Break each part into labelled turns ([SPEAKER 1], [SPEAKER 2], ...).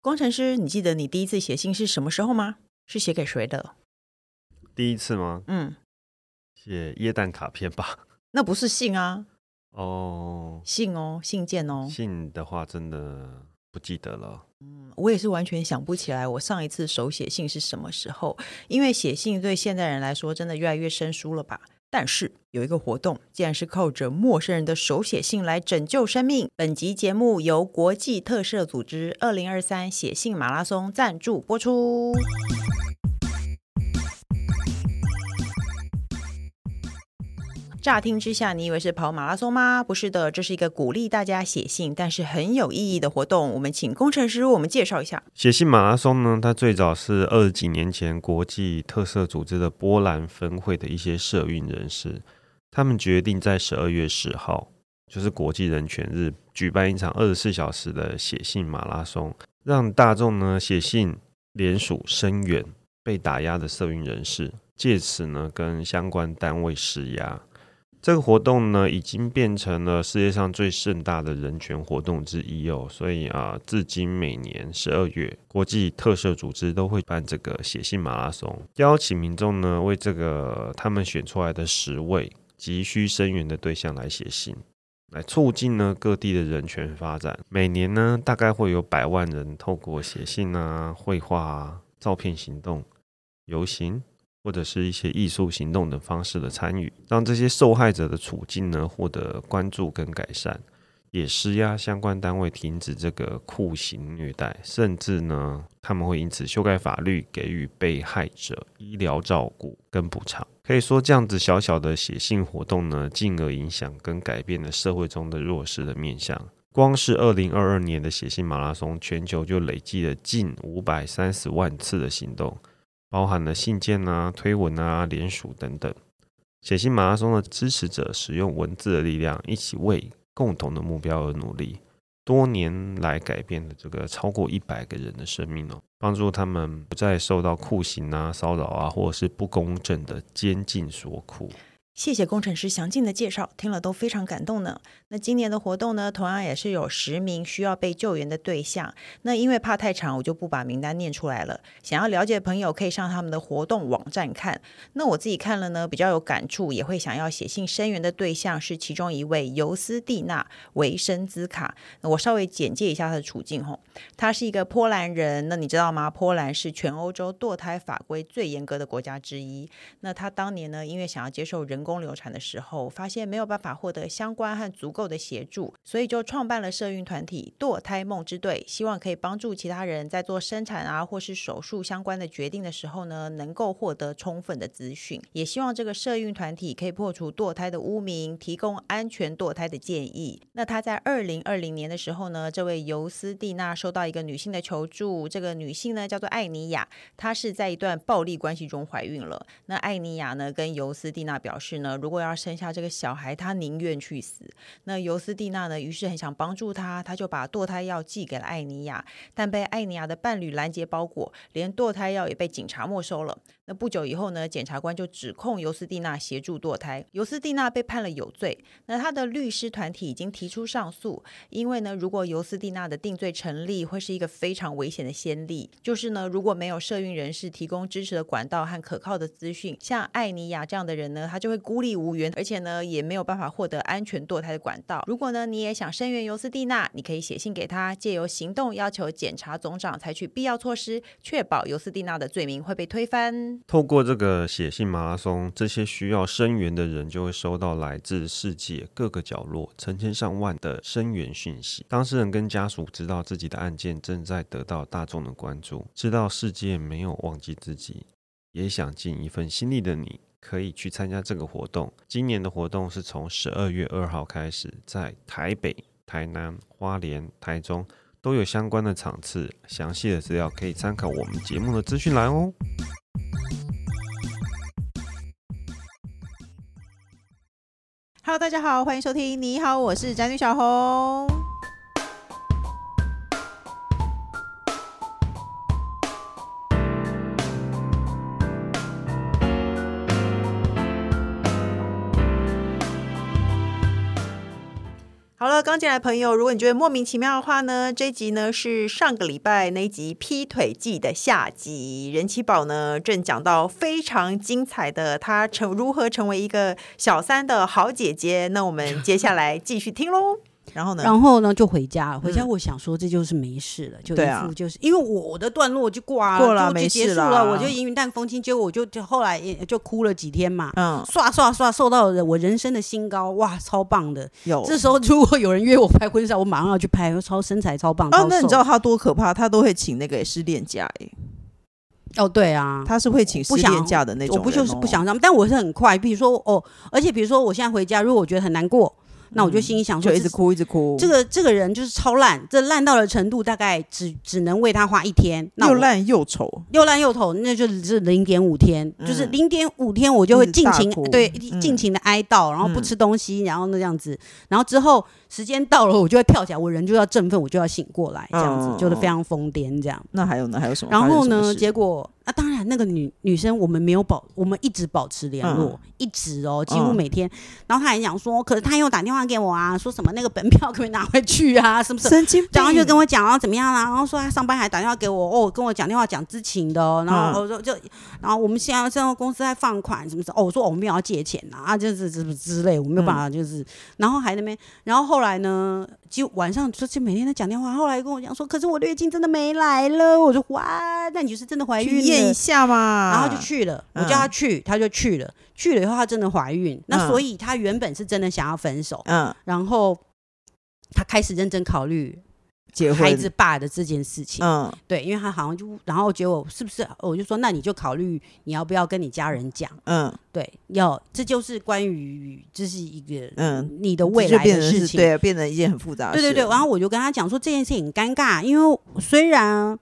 [SPEAKER 1] 工程师，你记得你第一次写信是什么时候吗？是写给谁的？
[SPEAKER 2] 第一次吗？
[SPEAKER 1] 嗯，
[SPEAKER 2] 写液氮卡片吧。
[SPEAKER 1] 那不是信啊，
[SPEAKER 2] 哦，
[SPEAKER 1] 信哦，信件哦。
[SPEAKER 2] 信的话真的不记得了。
[SPEAKER 1] 嗯我也是完全想不起来我上一次手写信是什么时候，因为写信对现代人来说真的越来越生疏了吧。但是有一个活动，竟然是靠着陌生人的手写信来拯救生命。本集节目由国际特赦组织二零二三写信马拉松赞助播出。乍听之下，你以为是跑马拉松吗？不是的，这是一个鼓励大家写信，但是很有意义的活动。我们请工程师为我们介绍一下。
[SPEAKER 2] 写信马拉松呢，它最早是二十几年前国际特色组织的波兰分会的一些社运人士，他们决定在十二月十号，就是国际人权日，举办一场二十四小时的写信马拉松，让大众呢写信联署声援被打压的社运人士，借此呢跟相关单位施压。这个活动呢，已经变成了世界上最盛大的人权活动之一哦。所以啊、至今每年十二月，国际特赦组织都会办这个写信马拉松，邀请民众呢为这个他们选出来的十位急需声援的对象来写信，来促进呢各地的人权发展。每年呢，大概会有百万人透过写信啊、绘画啊、照片行动、游行或者是一些艺术行动等方式的参与，让这些受害者的处境呢获得关注跟改善，也施压相关单位停止这个酷刑虐待，甚至呢他们会因此修改法律，给予被害者医疗照顾跟补偿。可以说，这样子小小的写信活动呢，进而影响跟改变了社会中的弱势的面向。光是二零二二年的写信马拉松，全球就累计了近五百三十万次的行动，包含了信件啊、推文啊、联署等等。写信马拉松的支持者使用文字的力量，一起为共同的目标而努力。多年来改变了这个超过一百个人的生命哦，帮助他们不再受到酷刑啊、骚扰啊，或者是不公正的监禁所苦。
[SPEAKER 1] 谢谢工程师详尽的介绍，听了都非常感动呢。那今年的活动呢，同样也是有十名需要被救援的对象。那因为怕太长，我就不把名单念出来了。想要了解的朋友可以上他们的活动网站看。那我自己看了呢，比较有感触，也会想要写信声援的对象是其中一位尤斯蒂娜·维申兹卡。那我稍微简介一下她的处境吼，她是一个波兰人。那你知道吗？波兰是全欧洲堕胎法规最严格的国家之一。那她当年呢，因为想要接受人工流产的时候，发现没有办法获得相关和足够的协助，所以就创办了社运团体“堕胎梦之队”，希望可以帮助其他人在做生产啊或是手术相关的决定的时候呢，能够获得充分的资讯。也希望这个社运团体可以破除堕胎的污名，提供安全堕胎的建议。那他在二零二零年的时候呢，这位尤斯蒂娜收到一个女性的求助，这个女性呢叫做艾尼亚，她是在一段暴力关系中怀孕了。那艾尼亚呢跟尤斯蒂娜表示呢，如果要生下这个小孩，她宁愿去死。那尤斯蒂娜呢，于是很想帮助她，她就把堕胎药寄给了艾尼亚，但被艾尼亚的伴侣拦截包裹，连堕胎药也被警察没收了。那不久以后呢，检察官就指控尤斯蒂娜协助堕胎，尤斯蒂娜被判了有罪。那她的律师团体已经提出上诉，因为呢，如果尤斯蒂娜的定罪成立，会是一个非常危险的先例。就是呢，如果没有社运人士提供支持的管道和可靠的资讯，像艾尼亚这样的人呢，他就会孤立无援，而且呢，也没有办法获得安全堕胎的管道。如果呢，你也想声援尤斯蒂娜，你可以写信给他，借由行动要求检察总长采取必要措施，确保尤斯蒂娜的罪名会被推翻。
[SPEAKER 2] 透过这个写信马拉松，这些需要声援的人就会收到来自世界各个角落、成千上万的声援讯息。当事人跟家属知道自己的案件正在得到大众的关注，知道世界没有忘记自己，也想尽一份心力的你，可以去参加这个活动。今年的活动是从十二月二号开始，在台北、台南、花莲、台中。都有相关的场次，详细的资料可以参考我们节目的资讯栏哦。
[SPEAKER 1] Hello，大家好，欢迎收听。你好，我是宅女小红。
[SPEAKER 3] 好了，刚进来的朋友，如果你觉得莫名其妙的话呢，这一集呢是上个礼拜那一集《劈腿记》的下集。人气宝呢正讲到非常精彩的她成如何成为一个小三的好姐姐。那我们接下来继续听 喽。然
[SPEAKER 1] 嗯
[SPEAKER 3] 后呢？
[SPEAKER 4] 然后呢就回家了。回家我想说这就是没事了，就
[SPEAKER 3] 对
[SPEAKER 4] 一
[SPEAKER 3] 啊
[SPEAKER 4] 副就是因为我的段落就挂了，
[SPEAKER 3] 过了
[SPEAKER 4] 就
[SPEAKER 3] 没
[SPEAKER 4] 就结
[SPEAKER 3] 事
[SPEAKER 4] 束
[SPEAKER 3] 啦
[SPEAKER 4] 了，我就云云淡风轻。结果我就就后来也就哭了几天嘛。
[SPEAKER 3] 嗯，
[SPEAKER 4] 刷刷刷，受到了我人生的新高，哇，超棒的！
[SPEAKER 1] 哦
[SPEAKER 3] 有
[SPEAKER 4] 这时候如果有人约我拍婚纱，我马上要去拍，超身材超棒。
[SPEAKER 1] 哦
[SPEAKER 4] 超，
[SPEAKER 1] 那你
[SPEAKER 4] 瘦
[SPEAKER 1] 知道他多可怕？他都会请那个诶失恋假，
[SPEAKER 4] 欸
[SPEAKER 1] 哎，
[SPEAKER 4] 哦，对啊，
[SPEAKER 1] 他是会请失
[SPEAKER 4] 不想
[SPEAKER 1] 恋假的那种
[SPEAKER 4] 我
[SPEAKER 1] 人哦。
[SPEAKER 4] 不就是不想让，但我是很快。比如说哦，而且比如说我现在回家，如果我觉得很难过，那我就心里想
[SPEAKER 1] 嗯
[SPEAKER 4] 说，
[SPEAKER 1] 就一
[SPEAKER 4] 这
[SPEAKER 1] 直哭，一直哭，
[SPEAKER 4] 这个这个人就是超烂，这烂到的程度大概只只能为他花一天，那
[SPEAKER 1] 又
[SPEAKER 4] 我
[SPEAKER 1] 烂又丑，
[SPEAKER 4] 又烂又丑，那就是零点五天，
[SPEAKER 3] 嗯
[SPEAKER 4] 就是零点五天我就会尽情
[SPEAKER 1] 一直大哭
[SPEAKER 4] 对
[SPEAKER 1] 嗯
[SPEAKER 4] 尽情的哀悼，然后不吃东西，然后那样子，然后之后时间到了，我就会跳起来，我人就要振奋，我就要醒过来，这样子、
[SPEAKER 1] 嗯
[SPEAKER 4] 就是非常疯癫这样。
[SPEAKER 1] 那还有呢？还有什么？
[SPEAKER 4] 然后呢，
[SPEAKER 1] 结
[SPEAKER 4] 结果啊，当然那个女女生我们没有保，我们一直保持联络，一直哦，几乎
[SPEAKER 1] 嗯
[SPEAKER 4] 每天。然后她还讲说，可是她又打电话给我啊，说什么那个本票可不可以拿回去啊，什么什么。
[SPEAKER 1] 神经病，
[SPEAKER 4] 然后就跟我讲啊怎么样啦、然后说她上班还打电话给我，哦，跟我讲电话讲知情的、哦，然后
[SPEAKER 1] 嗯
[SPEAKER 4] 我说就，然后我们现在现在公司在放款什么什么，哦，我说哦我没有要借钱啊，啊，就是什么之类，我没有办法，就是，然后还在那边，然后后来呢，就晚上就就每天在讲电话，后来跟我讲说，可是我的月经真的没来了，我说哇，那你就是真的怀
[SPEAKER 1] 去
[SPEAKER 4] 孕
[SPEAKER 1] 验
[SPEAKER 4] 了
[SPEAKER 1] 一。下嘛，
[SPEAKER 4] 然后就去了，我叫她去，她就去了。去了以后，她真的怀孕，那
[SPEAKER 1] 嗯
[SPEAKER 4] 所以她原本是真的想要分手，
[SPEAKER 1] 嗯
[SPEAKER 4] 然后她开始认真考虑
[SPEAKER 1] 结婚，
[SPEAKER 4] 孩子爸的这件事情。
[SPEAKER 1] 嗯
[SPEAKER 4] 对，因为他好像就，然后结果是不是哦我就说，那你就考虑你要不要跟你家人讲？
[SPEAKER 1] 嗯
[SPEAKER 4] 对，要，这就是关于这是一个
[SPEAKER 1] 嗯，
[SPEAKER 4] 你的未
[SPEAKER 1] 这
[SPEAKER 4] 来
[SPEAKER 1] 就变
[SPEAKER 4] 的
[SPEAKER 1] 成
[SPEAKER 4] 事
[SPEAKER 1] 是
[SPEAKER 4] 情。
[SPEAKER 1] 对，啊变成一件很复杂的
[SPEAKER 4] 对
[SPEAKER 1] 事。
[SPEAKER 4] 对对，然后我就跟他讲说这件事情很尴尬，因为虽然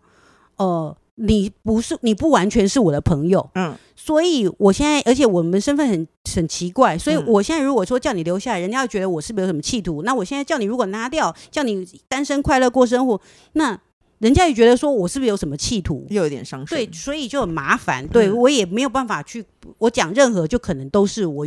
[SPEAKER 4] 呃你不是你不完全是我的朋友，
[SPEAKER 1] 嗯
[SPEAKER 4] 所以我现在而且我们身份很很奇怪，所以
[SPEAKER 1] 嗯
[SPEAKER 4] 我现在如果说叫你留下来，人家会觉得我是不是有什么企图？那我现在叫你如果拿掉，叫你单身快乐过生活，那人家也觉得说我是不是有什么企图？
[SPEAKER 1] 又有点伤身，
[SPEAKER 4] 对，所以就很麻烦。对、
[SPEAKER 1] 嗯
[SPEAKER 4] 我也没有办法去，我讲任何就可能都是我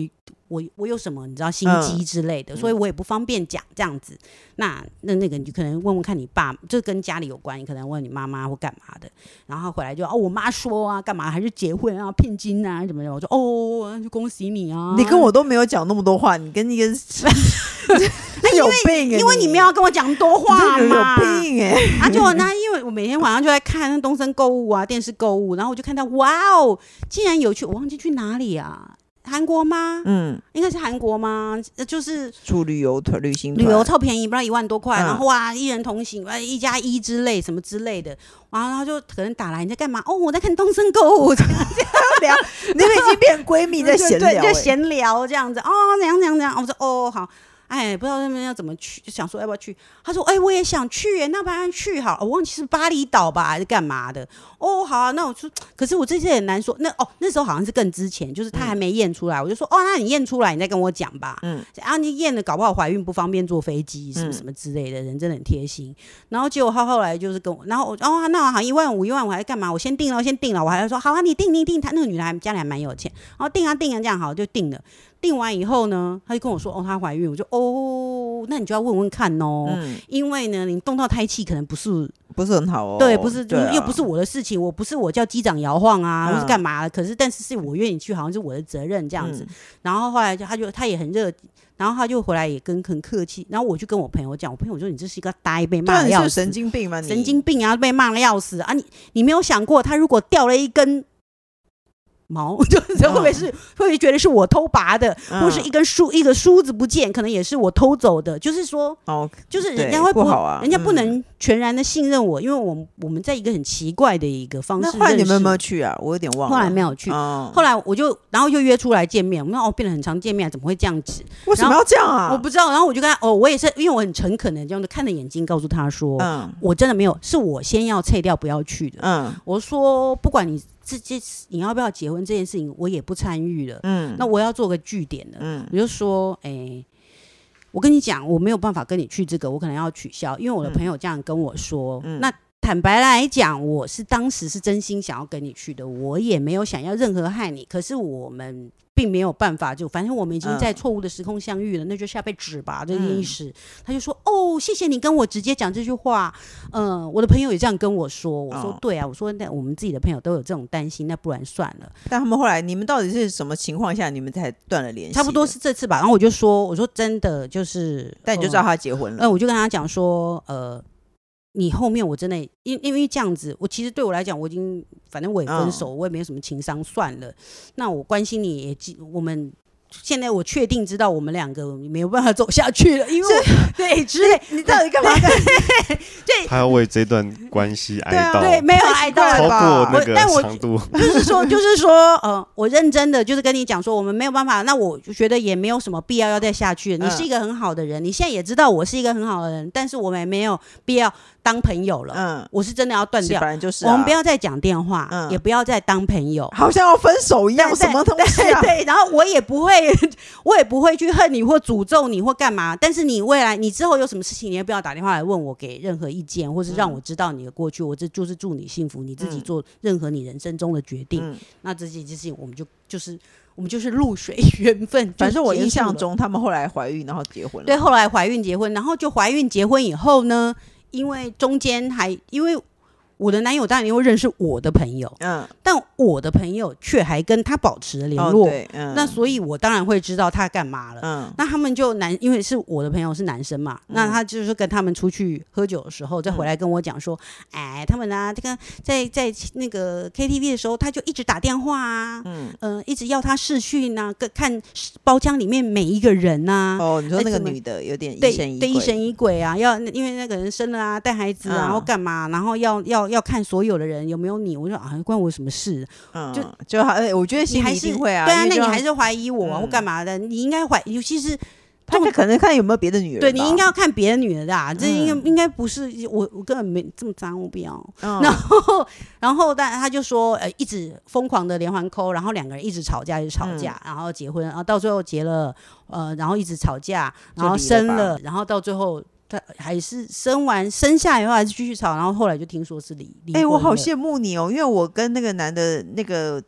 [SPEAKER 4] 我我有什么你知道心
[SPEAKER 1] 嗯
[SPEAKER 4] 机之类的，所以我也不方便讲这样子。那那那个你可能问问看你爸，这跟家里有关，你可能问你妈妈或干嘛的，然后回来就哦我妈说啊干嘛还是结婚啊聘金啊什么的，我说哦就恭喜你啊，
[SPEAKER 1] 你跟我都没有讲那么多话，你跟一 个你有病欸，
[SPEAKER 4] 哎因为你没有要跟我讲多话
[SPEAKER 1] 你这个人
[SPEAKER 4] 嘛，
[SPEAKER 1] 有病哎，
[SPEAKER 4] 啊，就那因为我每天晚上就在看那东森购物啊，电视购物，然后我就看到，哇哦，竟然有去，我忘记去哪里啊？韩国吗？
[SPEAKER 1] 嗯，
[SPEAKER 4] 应该是韩国吗？呃就是
[SPEAKER 1] 出旅游团、旅行
[SPEAKER 4] 旅
[SPEAKER 1] 团
[SPEAKER 4] 游超便宜，不知道一万多块，
[SPEAKER 1] 嗯
[SPEAKER 4] 然后哇，一人同行，呃，一加一之类什么之类的，然后他就可能打来，你在干嘛？哦，我在看东森购物，
[SPEAKER 1] 聊，你们已经变闺蜜在闲聊
[SPEAKER 4] 对
[SPEAKER 1] 欸，
[SPEAKER 4] 对就闲聊这样子哦，怎样怎样怎样，我说哦好，哎，不知道那边要怎么去，就想说要不要去，他说哎我也想去耶，那不然去好了，我忘记是巴厘岛吧还是干嘛的，哦好啊，那我说，可是我这些也难说，那哦那时候好像是更之前，就是他还没验出来，我就说哦那你验出来你再跟我讲吧，
[SPEAKER 1] 嗯
[SPEAKER 4] 嗯，啊你验了搞不好怀孕不方便坐飞机什么什么之类的，人真的很贴心，然后结果他后来就是跟我，然后我哦那好像一万五一万五还干嘛，我先定了我先定了，我还要说好啊你定你定，他那个女的还家里还蛮有钱。然后定啊定啊，这样好就定了。定完以后呢，他就跟我说：“哦，她怀孕。”我就：“哦，那你就要问问看哦，
[SPEAKER 1] 嗯，
[SPEAKER 4] 因为呢，你动到胎气可能不是、
[SPEAKER 1] 不是很好哦，
[SPEAKER 4] 对，不是、
[SPEAKER 1] 对啊
[SPEAKER 4] 又不是我的事情，我不是我叫机长摇晃啊，
[SPEAKER 1] 嗯
[SPEAKER 4] 我是干嘛的？可是但是是我愿意去，好像是我的责任这样子。，
[SPEAKER 1] 嗯
[SPEAKER 4] 然后后来就他就他也很热，然后他就回来也跟很客气。然后我就跟我朋友讲，我朋友说：“你这是一个呆，被
[SPEAKER 1] 嗯
[SPEAKER 4] 骂
[SPEAKER 1] 对啊，
[SPEAKER 4] 的
[SPEAKER 1] 你
[SPEAKER 4] 要
[SPEAKER 1] 是
[SPEAKER 4] 死
[SPEAKER 1] 神。”经病吗？你
[SPEAKER 4] 神经病啊！被骂的要死啊！你你没有想过，他如果掉了一根毛， 就是会不会是、
[SPEAKER 1] 嗯
[SPEAKER 4] 会不会觉得是我偷拔的，或是一根梳一个梳子不见，可能也是我偷走的？就是说，
[SPEAKER 1] 哦，
[SPEAKER 4] 就是
[SPEAKER 1] 对
[SPEAKER 4] 人家会
[SPEAKER 1] 不好啊
[SPEAKER 4] 人家不
[SPEAKER 1] 嗯
[SPEAKER 4] 能全然的信任我，因为我们我们在一个很奇怪的一个方式
[SPEAKER 1] 那后来你们有没有
[SPEAKER 4] 认
[SPEAKER 1] 去啊？我有点
[SPEAKER 4] 识
[SPEAKER 1] 忘了，
[SPEAKER 4] 后来没有去。
[SPEAKER 1] 哦
[SPEAKER 4] 后来我就，然后又约出来见面，我们说哦变得很常见面，怎么会这样子？
[SPEAKER 1] 为什么要这样啊？
[SPEAKER 4] 我不知道。然后我就跟他，哦，我也是，因为我很诚恳的这样子看着眼睛告诉他说，
[SPEAKER 1] 嗯
[SPEAKER 4] 我真的没有，是我先要撤掉不要去的。
[SPEAKER 1] 嗯
[SPEAKER 4] 我说不管你这这你要不要结婚这件事情，我也不参与了。
[SPEAKER 1] 嗯，
[SPEAKER 4] 那我要做个据点了，
[SPEAKER 1] 嗯
[SPEAKER 4] 我就说，哎、我跟你讲，我没有办法跟你去这个，我可能要取消，因为我的
[SPEAKER 1] 嗯
[SPEAKER 4] 朋友这样跟我说。
[SPEAKER 1] 嗯
[SPEAKER 4] 那坦白来讲，我是当时是真心想要跟你去的，我也没有想要任何害你。可是我们并没有办法，就反正我们已经在
[SPEAKER 3] 嗯
[SPEAKER 4] 错误的时空相遇了，那就下辈子吧，这个
[SPEAKER 3] 嗯
[SPEAKER 4] 意思。他就说：“哦，谢谢你跟我直接讲这句话。”嗯，我的朋友也这样跟我说。我说：“
[SPEAKER 3] 哦
[SPEAKER 4] 对啊，我说那我们自己的朋友都有这种担心，那不然算了。”
[SPEAKER 1] 但他们后来，你们到底是什么情况下你们才断了联系？
[SPEAKER 4] 差不多，是这次吧。然后我就说，我说真的就是，
[SPEAKER 1] 但你就知
[SPEAKER 4] 嗯
[SPEAKER 1] 道他结婚了。
[SPEAKER 4] 呃，我就跟他讲说，呃，你后面我真的因因为这样子，我其实对我来讲，我已经反正我也
[SPEAKER 1] 嗯
[SPEAKER 4] 分手，我也没有什么情商，算了。那我关心你也记，我们现在我确定知道我们两个没有办法走下去了，因为我对之类，
[SPEAKER 1] 你到底干嘛？
[SPEAKER 2] 他要为这段关系哀悼，
[SPEAKER 4] 对，没有爱到
[SPEAKER 1] 太奇
[SPEAKER 2] 超
[SPEAKER 1] 怪了
[SPEAKER 2] 过那
[SPEAKER 4] 我
[SPEAKER 2] 个
[SPEAKER 4] 但我
[SPEAKER 2] 长度，
[SPEAKER 4] 就 是说，就是说，呃，我认真的就是跟你讲说，我们没有办法，那我就觉得也没有什么必要要再下去了。你
[SPEAKER 3] 嗯
[SPEAKER 4] 是一个很好的人，你现在也知道我是一个很好的人，但是我们也没有必要当朋友了。
[SPEAKER 3] 嗯，
[SPEAKER 4] 我是真的要断
[SPEAKER 1] 是
[SPEAKER 4] 掉
[SPEAKER 1] 本，来就是、啊，
[SPEAKER 4] 我们不要再讲电话，
[SPEAKER 3] 嗯
[SPEAKER 4] 也不要再当朋友。
[SPEAKER 1] 好像要分手一样，
[SPEAKER 4] 但
[SPEAKER 1] 什么东西啊？
[SPEAKER 4] 对，对然后我也不会， 我也不会去恨你或诅咒你或干嘛。但是你未来，你之后有什么事情，你也不要打电话来问我给任何意见，或是让
[SPEAKER 1] 嗯
[SPEAKER 4] 我知道你的过去。我这就是祝你幸福，你自己
[SPEAKER 3] 嗯
[SPEAKER 4] 做任何你人生中的决定。
[SPEAKER 3] 嗯
[SPEAKER 4] 那这件事情，我们就就是我们就是露水 缘分。就
[SPEAKER 1] 反正我
[SPEAKER 4] 结束
[SPEAKER 1] 印象
[SPEAKER 4] 了，
[SPEAKER 1] 中，他们后来怀孕，然后结婚了。
[SPEAKER 4] 对，后来怀孕结婚，然后就怀孕结婚以后呢，因为中间还因为我的男友当然又认识我的朋友。
[SPEAKER 1] 哦
[SPEAKER 3] 嗯，
[SPEAKER 4] 但我的朋友却还跟他保持了联
[SPEAKER 3] 哦
[SPEAKER 4] 络，
[SPEAKER 3] 对嗯，
[SPEAKER 4] 那所以我当然会知道他干嘛了。
[SPEAKER 3] 嗯
[SPEAKER 4] 那他们就男，因为是我的朋友是男生嘛，
[SPEAKER 1] 嗯
[SPEAKER 4] 那他就是跟他们出去喝酒的时候，再回来跟我讲说，哎，他们啊，这个在在那个 KTV 的时候，他就一直打电话啊，
[SPEAKER 3] 嗯
[SPEAKER 4] 嗯、一直要他视讯啊，跟看包厢里面每一个人呐、
[SPEAKER 1] 哦，你说
[SPEAKER 4] 哎
[SPEAKER 1] 那个
[SPEAKER 4] 怎么
[SPEAKER 1] 女的有点疑
[SPEAKER 4] 对
[SPEAKER 1] 神疑
[SPEAKER 4] 对，
[SPEAKER 1] 鬼
[SPEAKER 4] 疑神疑鬼啊，要因为那个人生了啊，带孩子啊，然后
[SPEAKER 3] 嗯
[SPEAKER 4] 干嘛，然后要要要看所有的人有没有你，我说啊，关我什么事？
[SPEAKER 3] 嗯，
[SPEAKER 1] 就就还，哎我觉得
[SPEAKER 4] 你
[SPEAKER 1] 心
[SPEAKER 4] 还
[SPEAKER 1] 里一
[SPEAKER 4] 是
[SPEAKER 1] 定会啊。
[SPEAKER 4] 对啊，
[SPEAKER 1] 因
[SPEAKER 4] 那
[SPEAKER 1] 为
[SPEAKER 4] 你
[SPEAKER 1] 就
[SPEAKER 4] 还是怀疑我、啊或
[SPEAKER 3] 嗯
[SPEAKER 4] 干嘛的？你应该怀，尤其是
[SPEAKER 1] 他们可能看有没有别的女人吧。
[SPEAKER 4] 对你应该要看别的女的啊，这应该、
[SPEAKER 3] 嗯
[SPEAKER 4] 应该不是我，我根本没这么脏，我不要。
[SPEAKER 3] 那
[SPEAKER 4] 然后， 然后但他就说，呃，一直疯狂的连环抠，然后两个人一直吵架，一直吵架，
[SPEAKER 1] 嗯
[SPEAKER 4] 然后结婚，然后啊到最后结了，呃，然后一直吵架，然后
[SPEAKER 1] 就离了
[SPEAKER 4] 生
[SPEAKER 1] 吧
[SPEAKER 4] 了，然后到最后。他还是生完生下以后还是继续吵，然后后来就听说是离离
[SPEAKER 1] 哎、
[SPEAKER 4] 婚了。
[SPEAKER 1] 我好羡慕你哦，因为我跟那个男的那个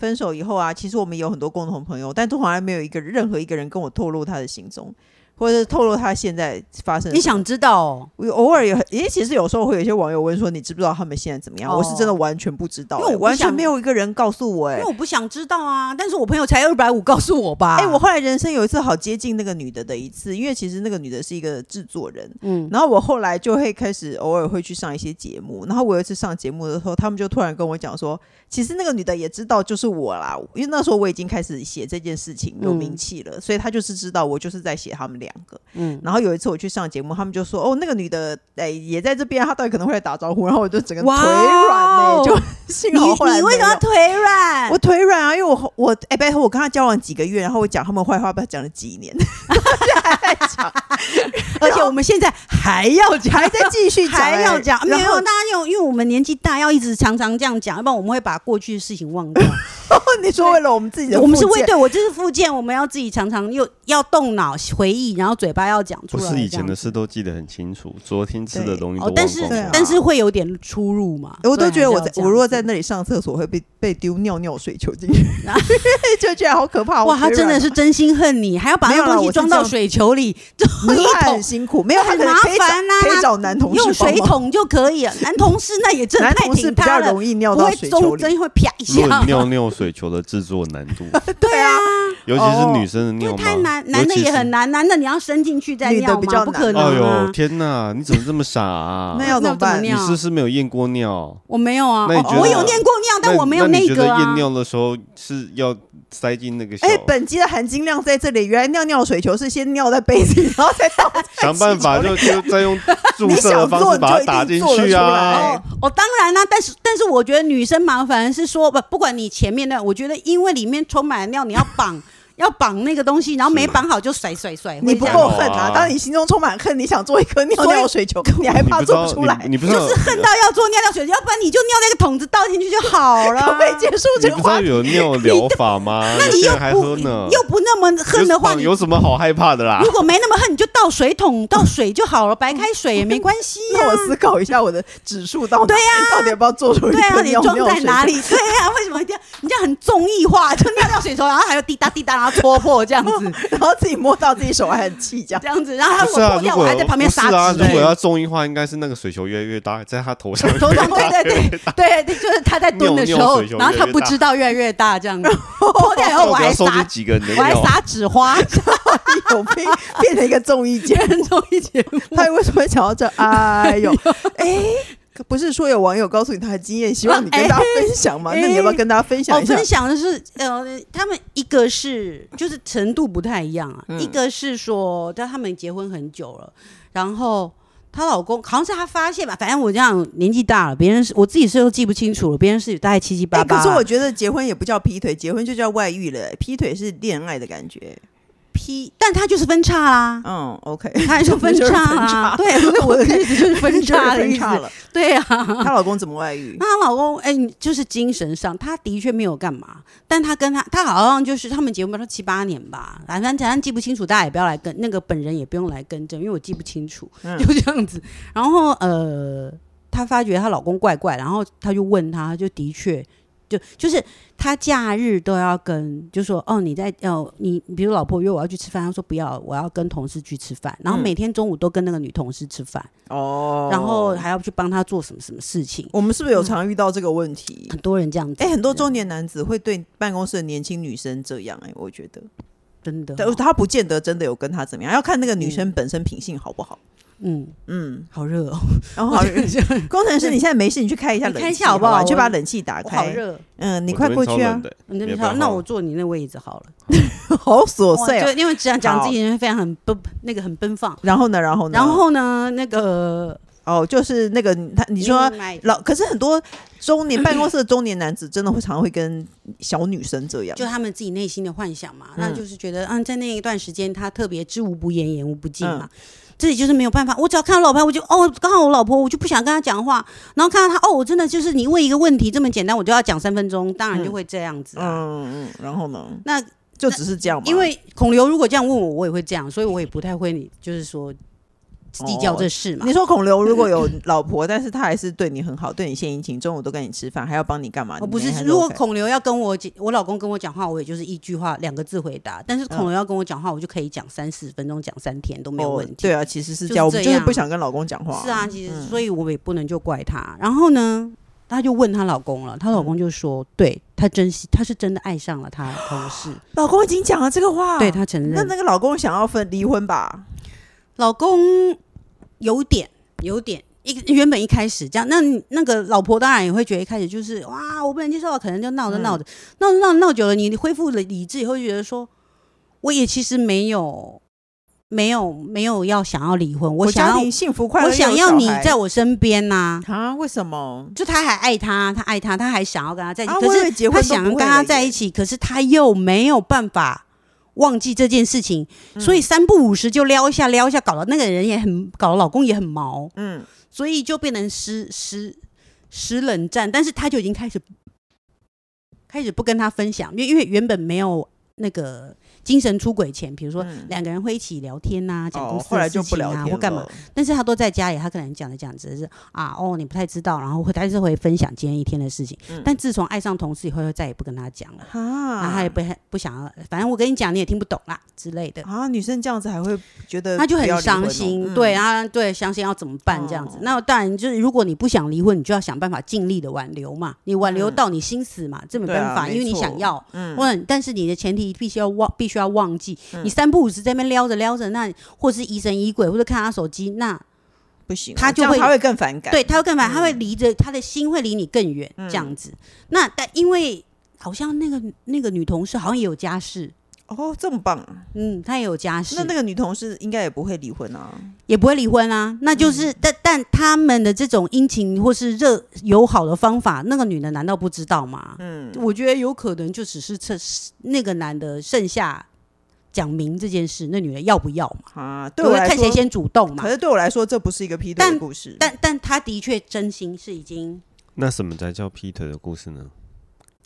[SPEAKER 1] 分手以后啊，其实我们有很多共同朋友，但都从来没有一个任何一个人跟我透露他的行踪，或者是透露他现在发生。
[SPEAKER 4] 你，想知道、哦，
[SPEAKER 1] 我偶尔有，因为其实有时候会有一些网友问说，你知不知道他们现在怎么样？我是真的
[SPEAKER 4] 哦
[SPEAKER 1] 完全不知道、
[SPEAKER 4] 因为
[SPEAKER 1] 哎
[SPEAKER 4] 我不
[SPEAKER 1] 完全
[SPEAKER 4] 想
[SPEAKER 1] 没有一个人告诉我、
[SPEAKER 4] 因
[SPEAKER 1] 哎
[SPEAKER 4] 为。我不想知道啊。但是我朋友才二百五，告诉我吧。
[SPEAKER 1] 哎、我后来人生有一次好接近那个女的的一次，因为其实那个女的是一个制作人，
[SPEAKER 4] 嗯，
[SPEAKER 1] 然后我后来就会开始偶尔会去上一些节目，然后我有一次上节目的时候，他们就突然跟我讲说，其实那个女的也知道就是我啦，因为那时候我已经开始写这件事情有名气了，所以她就是知道我就是在写他们两个。
[SPEAKER 4] 嗯，
[SPEAKER 1] 然后有一次我去上节目，他们就说哦，那个女的哎、也在这边，她到底可能会来打招呼，然后我就整个腿
[SPEAKER 4] 哇
[SPEAKER 1] 软呢、欸
[SPEAKER 4] 哦
[SPEAKER 1] 就 幸
[SPEAKER 4] 你
[SPEAKER 1] 好后来
[SPEAKER 4] 你为
[SPEAKER 1] 没
[SPEAKER 4] 什么要
[SPEAKER 1] 有
[SPEAKER 4] 腿软？
[SPEAKER 1] 我腿软啊，因为我我哎，拜、托我跟他交往几个月，然后我讲他们坏话，不知道讲了几年，
[SPEAKER 4] 而且我们现在还要 讲，
[SPEAKER 1] 还在继续讲、欸哎
[SPEAKER 4] 还要讲，没
[SPEAKER 1] 然后
[SPEAKER 4] 有大家有，因为我们年纪大，要一直常常这样讲，要不然我们会把过去的事情忘 掉。
[SPEAKER 1] 你说为了我们自己的，
[SPEAKER 4] 我们是为对我这是附件，我们要自己常常又要动脑回忆，然后嘴巴要讲出
[SPEAKER 2] 不
[SPEAKER 4] 来。
[SPEAKER 2] 是以前的
[SPEAKER 4] 这
[SPEAKER 2] 事
[SPEAKER 4] 样子
[SPEAKER 2] 都记得很清楚，昨天吃
[SPEAKER 1] 对
[SPEAKER 2] 的东西都
[SPEAKER 4] 哦
[SPEAKER 2] 忘，
[SPEAKER 4] 但是
[SPEAKER 2] 光光
[SPEAKER 1] 啊
[SPEAKER 4] 但是会有点出入嘛。
[SPEAKER 1] 哎我都
[SPEAKER 4] 所以
[SPEAKER 1] 觉得我
[SPEAKER 4] 还是要
[SPEAKER 1] 在
[SPEAKER 4] 这
[SPEAKER 1] 我
[SPEAKER 4] 样
[SPEAKER 1] 如果
[SPEAKER 4] 子
[SPEAKER 1] 在那里上厕所会被被丢尿尿水球进去， 就觉得好 可啊怕。
[SPEAKER 4] 哇，
[SPEAKER 1] 我
[SPEAKER 4] 他
[SPEAKER 1] 腿
[SPEAKER 4] 真的
[SPEAKER 1] 软
[SPEAKER 4] 是真心恨你，还要把
[SPEAKER 1] 没
[SPEAKER 4] 那
[SPEAKER 1] 有啦
[SPEAKER 4] 东
[SPEAKER 1] 我
[SPEAKER 4] 西
[SPEAKER 1] 是
[SPEAKER 4] 装
[SPEAKER 1] 这
[SPEAKER 4] 到
[SPEAKER 1] 样
[SPEAKER 4] 水球里，
[SPEAKER 1] 你 说
[SPEAKER 4] 装一
[SPEAKER 1] 他
[SPEAKER 4] 桶
[SPEAKER 1] 很，辛苦，没有他
[SPEAKER 4] 很
[SPEAKER 1] 可能
[SPEAKER 4] 麻
[SPEAKER 1] 可以找
[SPEAKER 4] 烦啊
[SPEAKER 1] 可以找男同事
[SPEAKER 4] 用
[SPEAKER 1] 帮
[SPEAKER 4] 水
[SPEAKER 1] 忙，
[SPEAKER 4] 桶就可以了。男同事那也真的
[SPEAKER 1] 男
[SPEAKER 4] 太
[SPEAKER 1] 同事
[SPEAKER 4] 挺
[SPEAKER 1] 比
[SPEAKER 4] 他
[SPEAKER 1] 较
[SPEAKER 4] 了，
[SPEAKER 1] 容易尿
[SPEAKER 4] 不
[SPEAKER 1] 到
[SPEAKER 4] 会
[SPEAKER 1] 水球
[SPEAKER 4] 中
[SPEAKER 1] 里。
[SPEAKER 4] 真会啪一下。
[SPEAKER 2] 论尿尿水球的制作难 度，
[SPEAKER 4] 对啊，
[SPEAKER 2] 尤其是女生的
[SPEAKER 4] 哦因
[SPEAKER 2] 尿
[SPEAKER 4] 为
[SPEAKER 2] 吗？
[SPEAKER 4] 太难，男的
[SPEAKER 2] 尤其
[SPEAKER 4] 也
[SPEAKER 2] 是
[SPEAKER 4] 很难，男的你要伸进去再
[SPEAKER 1] 女的
[SPEAKER 4] 尿
[SPEAKER 1] 比
[SPEAKER 4] 吗？
[SPEAKER 1] 较
[SPEAKER 4] 不
[SPEAKER 1] 难
[SPEAKER 4] 可能
[SPEAKER 2] 哎
[SPEAKER 4] 啊
[SPEAKER 2] 呦！天哪！你怎么这么傻 啊？
[SPEAKER 1] 那要怎么办
[SPEAKER 2] 你
[SPEAKER 4] 尿
[SPEAKER 2] 是不是没有验过尿？
[SPEAKER 4] 我没有啊，
[SPEAKER 2] 那你
[SPEAKER 4] 哦
[SPEAKER 2] 觉得
[SPEAKER 4] 我有念过尿，但
[SPEAKER 2] 那
[SPEAKER 4] 我没有
[SPEAKER 2] 那你觉得
[SPEAKER 4] 个啊
[SPEAKER 2] 验。尿的时候是要塞进那个小，
[SPEAKER 1] 哎，本集的含金量在这里，原来尿尿水球是先尿在杯子里，然后再 倒
[SPEAKER 2] 想办法就就再 用注
[SPEAKER 1] 你
[SPEAKER 2] 射
[SPEAKER 1] 想
[SPEAKER 2] 的方
[SPEAKER 1] 做
[SPEAKER 2] 式
[SPEAKER 1] 你
[SPEAKER 2] 把
[SPEAKER 1] 就
[SPEAKER 2] 它
[SPEAKER 1] 一
[SPEAKER 2] 打
[SPEAKER 1] 定
[SPEAKER 2] 进
[SPEAKER 1] 做得
[SPEAKER 2] 去
[SPEAKER 1] 出
[SPEAKER 2] 啊
[SPEAKER 1] 来！
[SPEAKER 4] 哦哦，当然啦、但是但是我觉得女生麻烦是说不，不管你前面的，我觉得因为里面充满了尿，你要绑 要绑那个东西，然后没
[SPEAKER 2] 是
[SPEAKER 4] 绑好就甩甩甩。
[SPEAKER 1] 你
[SPEAKER 4] 会
[SPEAKER 1] 不
[SPEAKER 4] 这样
[SPEAKER 1] 够恨啊！
[SPEAKER 2] 哇
[SPEAKER 1] 当你心中充满恨，哦你想做 一颗尿尿水球，你还
[SPEAKER 2] 你
[SPEAKER 1] 怕
[SPEAKER 2] 不知
[SPEAKER 1] 做
[SPEAKER 2] 道
[SPEAKER 1] 不出来
[SPEAKER 2] 哎你？你不知道
[SPEAKER 4] 就是恨到要哎做尿尿水，要不然你就尿在一个桶子倒进去就好了。
[SPEAKER 1] 可 不可以结束
[SPEAKER 2] 你
[SPEAKER 1] 这
[SPEAKER 2] 不
[SPEAKER 1] 个
[SPEAKER 2] 知
[SPEAKER 1] 话
[SPEAKER 2] 道
[SPEAKER 1] 题？
[SPEAKER 2] 有尿疗 法吗？
[SPEAKER 4] 那你
[SPEAKER 2] 现
[SPEAKER 4] 又
[SPEAKER 2] 在还喝呢
[SPEAKER 4] 不？又不那么恨的话，
[SPEAKER 2] 有
[SPEAKER 4] 你
[SPEAKER 2] 有什么好害怕的啦
[SPEAKER 4] 如？果没那么恨，你就倒水桶倒水就好了，白开水也没关系 啊呀、
[SPEAKER 1] 让我思考一下我的指数到哪，
[SPEAKER 4] 对呀
[SPEAKER 1] 到底要不要做出一
[SPEAKER 4] 对啊，
[SPEAKER 1] 个
[SPEAKER 4] 你
[SPEAKER 1] 尿
[SPEAKER 4] 装
[SPEAKER 1] 尿
[SPEAKER 4] 在
[SPEAKER 1] 水
[SPEAKER 4] 哪
[SPEAKER 1] 球？
[SPEAKER 4] 里？对啊，为什么一定要你这样很综艺化？就尿尿水头，然后还有滴答滴答，然后戳破这样子，
[SPEAKER 1] 然后自己摸到自己手还很气，这 样
[SPEAKER 4] 这样子，然后他如
[SPEAKER 2] 不是
[SPEAKER 4] 果
[SPEAKER 2] 啊，
[SPEAKER 4] 破
[SPEAKER 2] 如
[SPEAKER 4] 掉，
[SPEAKER 2] 果
[SPEAKER 4] 我还在旁边
[SPEAKER 2] 不是
[SPEAKER 4] 撒
[SPEAKER 2] 啊，
[SPEAKER 4] 纸
[SPEAKER 2] 如果
[SPEAKER 4] 欸。
[SPEAKER 2] 要重音化，应该是那个水球越来越大，在他 头上
[SPEAKER 4] 头上对对对对对，就是他在蹲的时
[SPEAKER 2] 尿
[SPEAKER 4] 候
[SPEAKER 2] 尿水，球
[SPEAKER 4] 然后他不知道越来越大这样子，破掉以后我还
[SPEAKER 2] 要收集
[SPEAKER 4] 撒，
[SPEAKER 2] 几个人的
[SPEAKER 4] 我还
[SPEAKER 2] 尿
[SPEAKER 4] 撒纸花，
[SPEAKER 1] 有 病，变成一个综艺 节目。
[SPEAKER 4] 跟综艺节目。
[SPEAKER 1] 他为什么会讲 到这？哎呦，哎。不是说有网友告诉你他的经验，希望你跟大家分享吗？
[SPEAKER 4] 哎
[SPEAKER 1] 那你要不要跟大家哦分享
[SPEAKER 4] 我
[SPEAKER 1] 一下
[SPEAKER 4] 分？享的哦是，呃，他们一个是就是程度不太一样啊，
[SPEAKER 1] 嗯
[SPEAKER 4] 一个是说，但他们结婚很久了，然后她老公好像是她发现吧，反正我这样年纪大了，别人是我自己是都记不清楚了，别人是大概七七
[SPEAKER 1] 哎、
[SPEAKER 4] 八八
[SPEAKER 1] 可
[SPEAKER 4] 啊。
[SPEAKER 1] 是我觉得结婚也不叫劈腿，结婚就叫外遇了、劈腿是恋爱的感觉。
[SPEAKER 4] 批，但他就是分叉 啦。
[SPEAKER 1] 嗯，OK，
[SPEAKER 4] 他就分
[SPEAKER 1] 就是
[SPEAKER 4] 叉
[SPEAKER 1] 分
[SPEAKER 4] 啊，
[SPEAKER 1] 叉
[SPEAKER 4] 对，所以我 的意思就是分叉的
[SPEAKER 1] 分
[SPEAKER 4] 意
[SPEAKER 1] 叉
[SPEAKER 4] 思，
[SPEAKER 1] 了。
[SPEAKER 4] 对啊，
[SPEAKER 1] 她老公怎么外遇？
[SPEAKER 4] 那她老公哎、你就是精神上，她的确没有干嘛，但她跟她，她好像就是他们结婚不知道七八年吧，反正反正哎记不清楚，大家也不要来跟那个本人也不用来更正，因为我记不清楚，
[SPEAKER 1] 嗯
[SPEAKER 4] 就这样子。然后呃，她发觉她老公怪怪，然后她就问他，她就的确。就就是她假日都要跟，就说哦，你在哦，你比如老婆约我要去吃饭，她说不要，我要跟同事去吃饭，然后
[SPEAKER 1] 嗯
[SPEAKER 4] 每天中午都跟那个女同事吃饭，
[SPEAKER 1] 哦
[SPEAKER 4] 然后还要去帮她做什么什么事情，
[SPEAKER 1] 我们是不是有常遇到这个问题？
[SPEAKER 4] 很多人这样子。
[SPEAKER 1] 哎、很多
[SPEAKER 4] 对
[SPEAKER 1] 中年男子会对办公室的年轻女生这样、哎，我觉得，
[SPEAKER 4] 真的
[SPEAKER 1] 但
[SPEAKER 4] 哦、
[SPEAKER 1] 他不见得真的有跟他怎么样，要看那个女生本身品性好不好。
[SPEAKER 4] 嗯，
[SPEAKER 1] 嗯，
[SPEAKER 4] 好热哦，
[SPEAKER 1] 然后好 工程师，
[SPEAKER 4] 对
[SPEAKER 1] 你现在没事，你去开一下冷
[SPEAKER 4] 你
[SPEAKER 1] 气，
[SPEAKER 4] 开一下好不
[SPEAKER 1] 不
[SPEAKER 4] 好
[SPEAKER 1] 你去
[SPEAKER 4] 我
[SPEAKER 1] 把冷气打
[SPEAKER 4] 我好
[SPEAKER 1] 开。
[SPEAKER 4] 热。
[SPEAKER 1] 嗯，你
[SPEAKER 2] 我
[SPEAKER 1] 快
[SPEAKER 2] 这
[SPEAKER 1] 过
[SPEAKER 2] 边超
[SPEAKER 1] 去啊
[SPEAKER 2] 冷！的
[SPEAKER 4] 你
[SPEAKER 2] 没
[SPEAKER 4] 这边
[SPEAKER 2] 办
[SPEAKER 4] 好，
[SPEAKER 2] 法
[SPEAKER 4] 那我坐你那位置好了。
[SPEAKER 1] 好琐
[SPEAKER 4] 哇
[SPEAKER 1] 碎
[SPEAKER 4] 就
[SPEAKER 1] 啊。
[SPEAKER 4] 因为讲讲
[SPEAKER 1] 好哦
[SPEAKER 4] 自己人非常很奔那个很奔放。
[SPEAKER 1] 然后呢？然后呢？
[SPEAKER 4] 然后呢，那个
[SPEAKER 1] 哦，就是那个他，你说
[SPEAKER 4] 另外一个
[SPEAKER 1] 老，可是很多中年办公室的中年男子真的会常常会跟小女生这样
[SPEAKER 4] 就。他们自己内心的幻想嘛，
[SPEAKER 1] 嗯
[SPEAKER 4] 那就是觉得，嗯，在那一段时间，他特别知无不言，言无不尽嘛
[SPEAKER 1] 嗯。
[SPEAKER 4] 自己就是没有办法，我只要看到老婆，我就哦，刚好我老婆，我就不想跟她讲话。然后看到她，哦，我真的就是你问一个问题这么简单，我就要讲三分钟，
[SPEAKER 1] 嗯
[SPEAKER 4] 当然就会这样子啊。
[SPEAKER 1] 嗯嗯，然后呢？
[SPEAKER 4] 那
[SPEAKER 1] 就只是这样嘛。
[SPEAKER 4] 因为孔刘如果这样问我，我也会这样，所以我也不太会，就是说计较这事嘛。
[SPEAKER 1] 哦你说孔刘如果有老婆，但是他还是对你很好，对你献殷勤，中午都跟你吃饭，还要帮你干嘛？
[SPEAKER 4] 我
[SPEAKER 1] 你
[SPEAKER 4] 哦不
[SPEAKER 1] 们还
[SPEAKER 4] 是，如果
[SPEAKER 1] OK
[SPEAKER 4] 孔刘要跟我讲，我老公跟我讲话，我也就是一句话两个字回答。但是
[SPEAKER 1] 嗯
[SPEAKER 4] 孔刘要跟我讲话，我就可以讲三十分钟，讲三天都没有问
[SPEAKER 1] 哦
[SPEAKER 4] 题。
[SPEAKER 1] 对啊，其实是
[SPEAKER 4] 就
[SPEAKER 1] 这
[SPEAKER 4] 是
[SPEAKER 1] 样，我们就是
[SPEAKER 4] 这样
[SPEAKER 1] 不想跟老公讲话。
[SPEAKER 4] 是啊，，其实
[SPEAKER 1] 嗯
[SPEAKER 4] 所以我也不能就怪她。然后呢，她就问她老公了，她老公就说，对她珍惜，她是真的爱上了她的同事，
[SPEAKER 1] 老公已经讲了这个话，
[SPEAKER 4] 对她承
[SPEAKER 1] 啊那
[SPEAKER 4] 认。
[SPEAKER 1] 那个老公想要分离婚吧？
[SPEAKER 4] 老公有点有点。一原本一开始这样，那那个老婆当然也会觉得一开始就是哇，我不能接受，啊可能就闹着闹着，闹
[SPEAKER 1] 嗯
[SPEAKER 4] 着闹着闹久了，你恢复了理智以后，就觉得说，我也其实没有没有没有要想要离婚，我想
[SPEAKER 1] 家
[SPEAKER 4] 要
[SPEAKER 1] 庭幸福快乐，
[SPEAKER 4] 我想要
[SPEAKER 1] 又有
[SPEAKER 4] 你
[SPEAKER 1] 小孩
[SPEAKER 4] 在我身边呐、
[SPEAKER 1] 啊？为什么？
[SPEAKER 4] 就他还爱他，他爱他，他还想要跟他在一起，
[SPEAKER 1] 啊
[SPEAKER 4] 可
[SPEAKER 1] 我以
[SPEAKER 4] 是
[SPEAKER 1] 为结婚都
[SPEAKER 4] 他想
[SPEAKER 1] 不
[SPEAKER 4] 跟
[SPEAKER 1] 会
[SPEAKER 4] 他
[SPEAKER 1] 了
[SPEAKER 4] 在
[SPEAKER 1] 耶
[SPEAKER 4] 一起，可是他又没有办法忘记这件事情，
[SPEAKER 1] 嗯
[SPEAKER 4] 所以三不五时就撩一下撩一下，搞得那个人也很，搞得老公也很毛，
[SPEAKER 1] 嗯，
[SPEAKER 4] 所以就变成失失失冷战。但是他就已经开始开始不跟他分享，因为因为原本没有那个精神出轨前，比如说
[SPEAKER 1] 嗯
[SPEAKER 4] 两个人会一起聊天呐、讲公
[SPEAKER 1] 哦，
[SPEAKER 4] 司
[SPEAKER 1] 后来
[SPEAKER 4] 的
[SPEAKER 1] 就
[SPEAKER 4] 事
[SPEAKER 1] 不
[SPEAKER 4] 情
[SPEAKER 1] 聊
[SPEAKER 4] 啊，
[SPEAKER 1] 天
[SPEAKER 4] 或干嘛
[SPEAKER 1] 了。
[SPEAKER 4] 但是他都在家里，他可能讲着讲着是啊哦，你不太知道，然后会他是会分享今天一天的事情。
[SPEAKER 1] 嗯
[SPEAKER 4] 但自从爱上同事以后，就再也不跟他讲了，然
[SPEAKER 1] 啊，
[SPEAKER 4] 后他也不不想要，反正我跟你讲你也听不懂啦之类的，
[SPEAKER 1] 啊，女生这样子还会觉得
[SPEAKER 4] 他就
[SPEAKER 1] 不要离
[SPEAKER 4] 很
[SPEAKER 1] 婚
[SPEAKER 4] 伤
[SPEAKER 1] 哦
[SPEAKER 4] 心。
[SPEAKER 1] 嗯
[SPEAKER 4] 对啊，对，伤心要怎么办这样子？
[SPEAKER 1] 哦
[SPEAKER 4] 那当然就是如果你不想离婚，你就要想办法尽力的挽留嘛，你挽留
[SPEAKER 1] 嗯
[SPEAKER 4] 到你心死嘛，这没
[SPEAKER 1] 对
[SPEAKER 4] 办
[SPEAKER 1] 啊
[SPEAKER 4] 法，
[SPEAKER 1] 没
[SPEAKER 4] 因为你想
[SPEAKER 1] 错
[SPEAKER 4] 要。
[SPEAKER 1] 嗯
[SPEAKER 4] 问，但是你的前提必须要忘，必须要忘记，
[SPEAKER 1] 嗯
[SPEAKER 4] 你三不五时在那边撩着撩着，那或是疑神疑鬼，或者看他手机，那
[SPEAKER 1] 不行哦，
[SPEAKER 4] 他就
[SPEAKER 1] 这样
[SPEAKER 4] 会
[SPEAKER 1] 他会更反感。
[SPEAKER 4] 对，他会干嘛？
[SPEAKER 1] 嗯
[SPEAKER 4] 他会离着他的心会离你更远，
[SPEAKER 1] 嗯
[SPEAKER 4] 这样子。那但因为好像那个那个女同事好像也有家室，
[SPEAKER 1] 哦，这么棒！
[SPEAKER 4] 嗯，他也有家室，
[SPEAKER 1] 那那个女同事应该也不会离婚啊。
[SPEAKER 4] 也不会离婚啊。那就是，
[SPEAKER 1] 嗯
[SPEAKER 4] 但但他们的这种殷勤或是热友好的方法，那个女的难道不知道吗？
[SPEAKER 1] 嗯，
[SPEAKER 4] 我觉得有可能就只是这那个男的剩下讲明这件事，那女的要不要嘛？
[SPEAKER 1] 啊，对
[SPEAKER 4] 对，
[SPEAKER 1] 我来
[SPEAKER 4] 看
[SPEAKER 1] 说，
[SPEAKER 4] 谁先主动嘛
[SPEAKER 1] 可。是对我来说，这不是一个劈腿的故事。
[SPEAKER 4] 但但他的确真心是已经，
[SPEAKER 2] 那什么才叫劈腿的故事呢？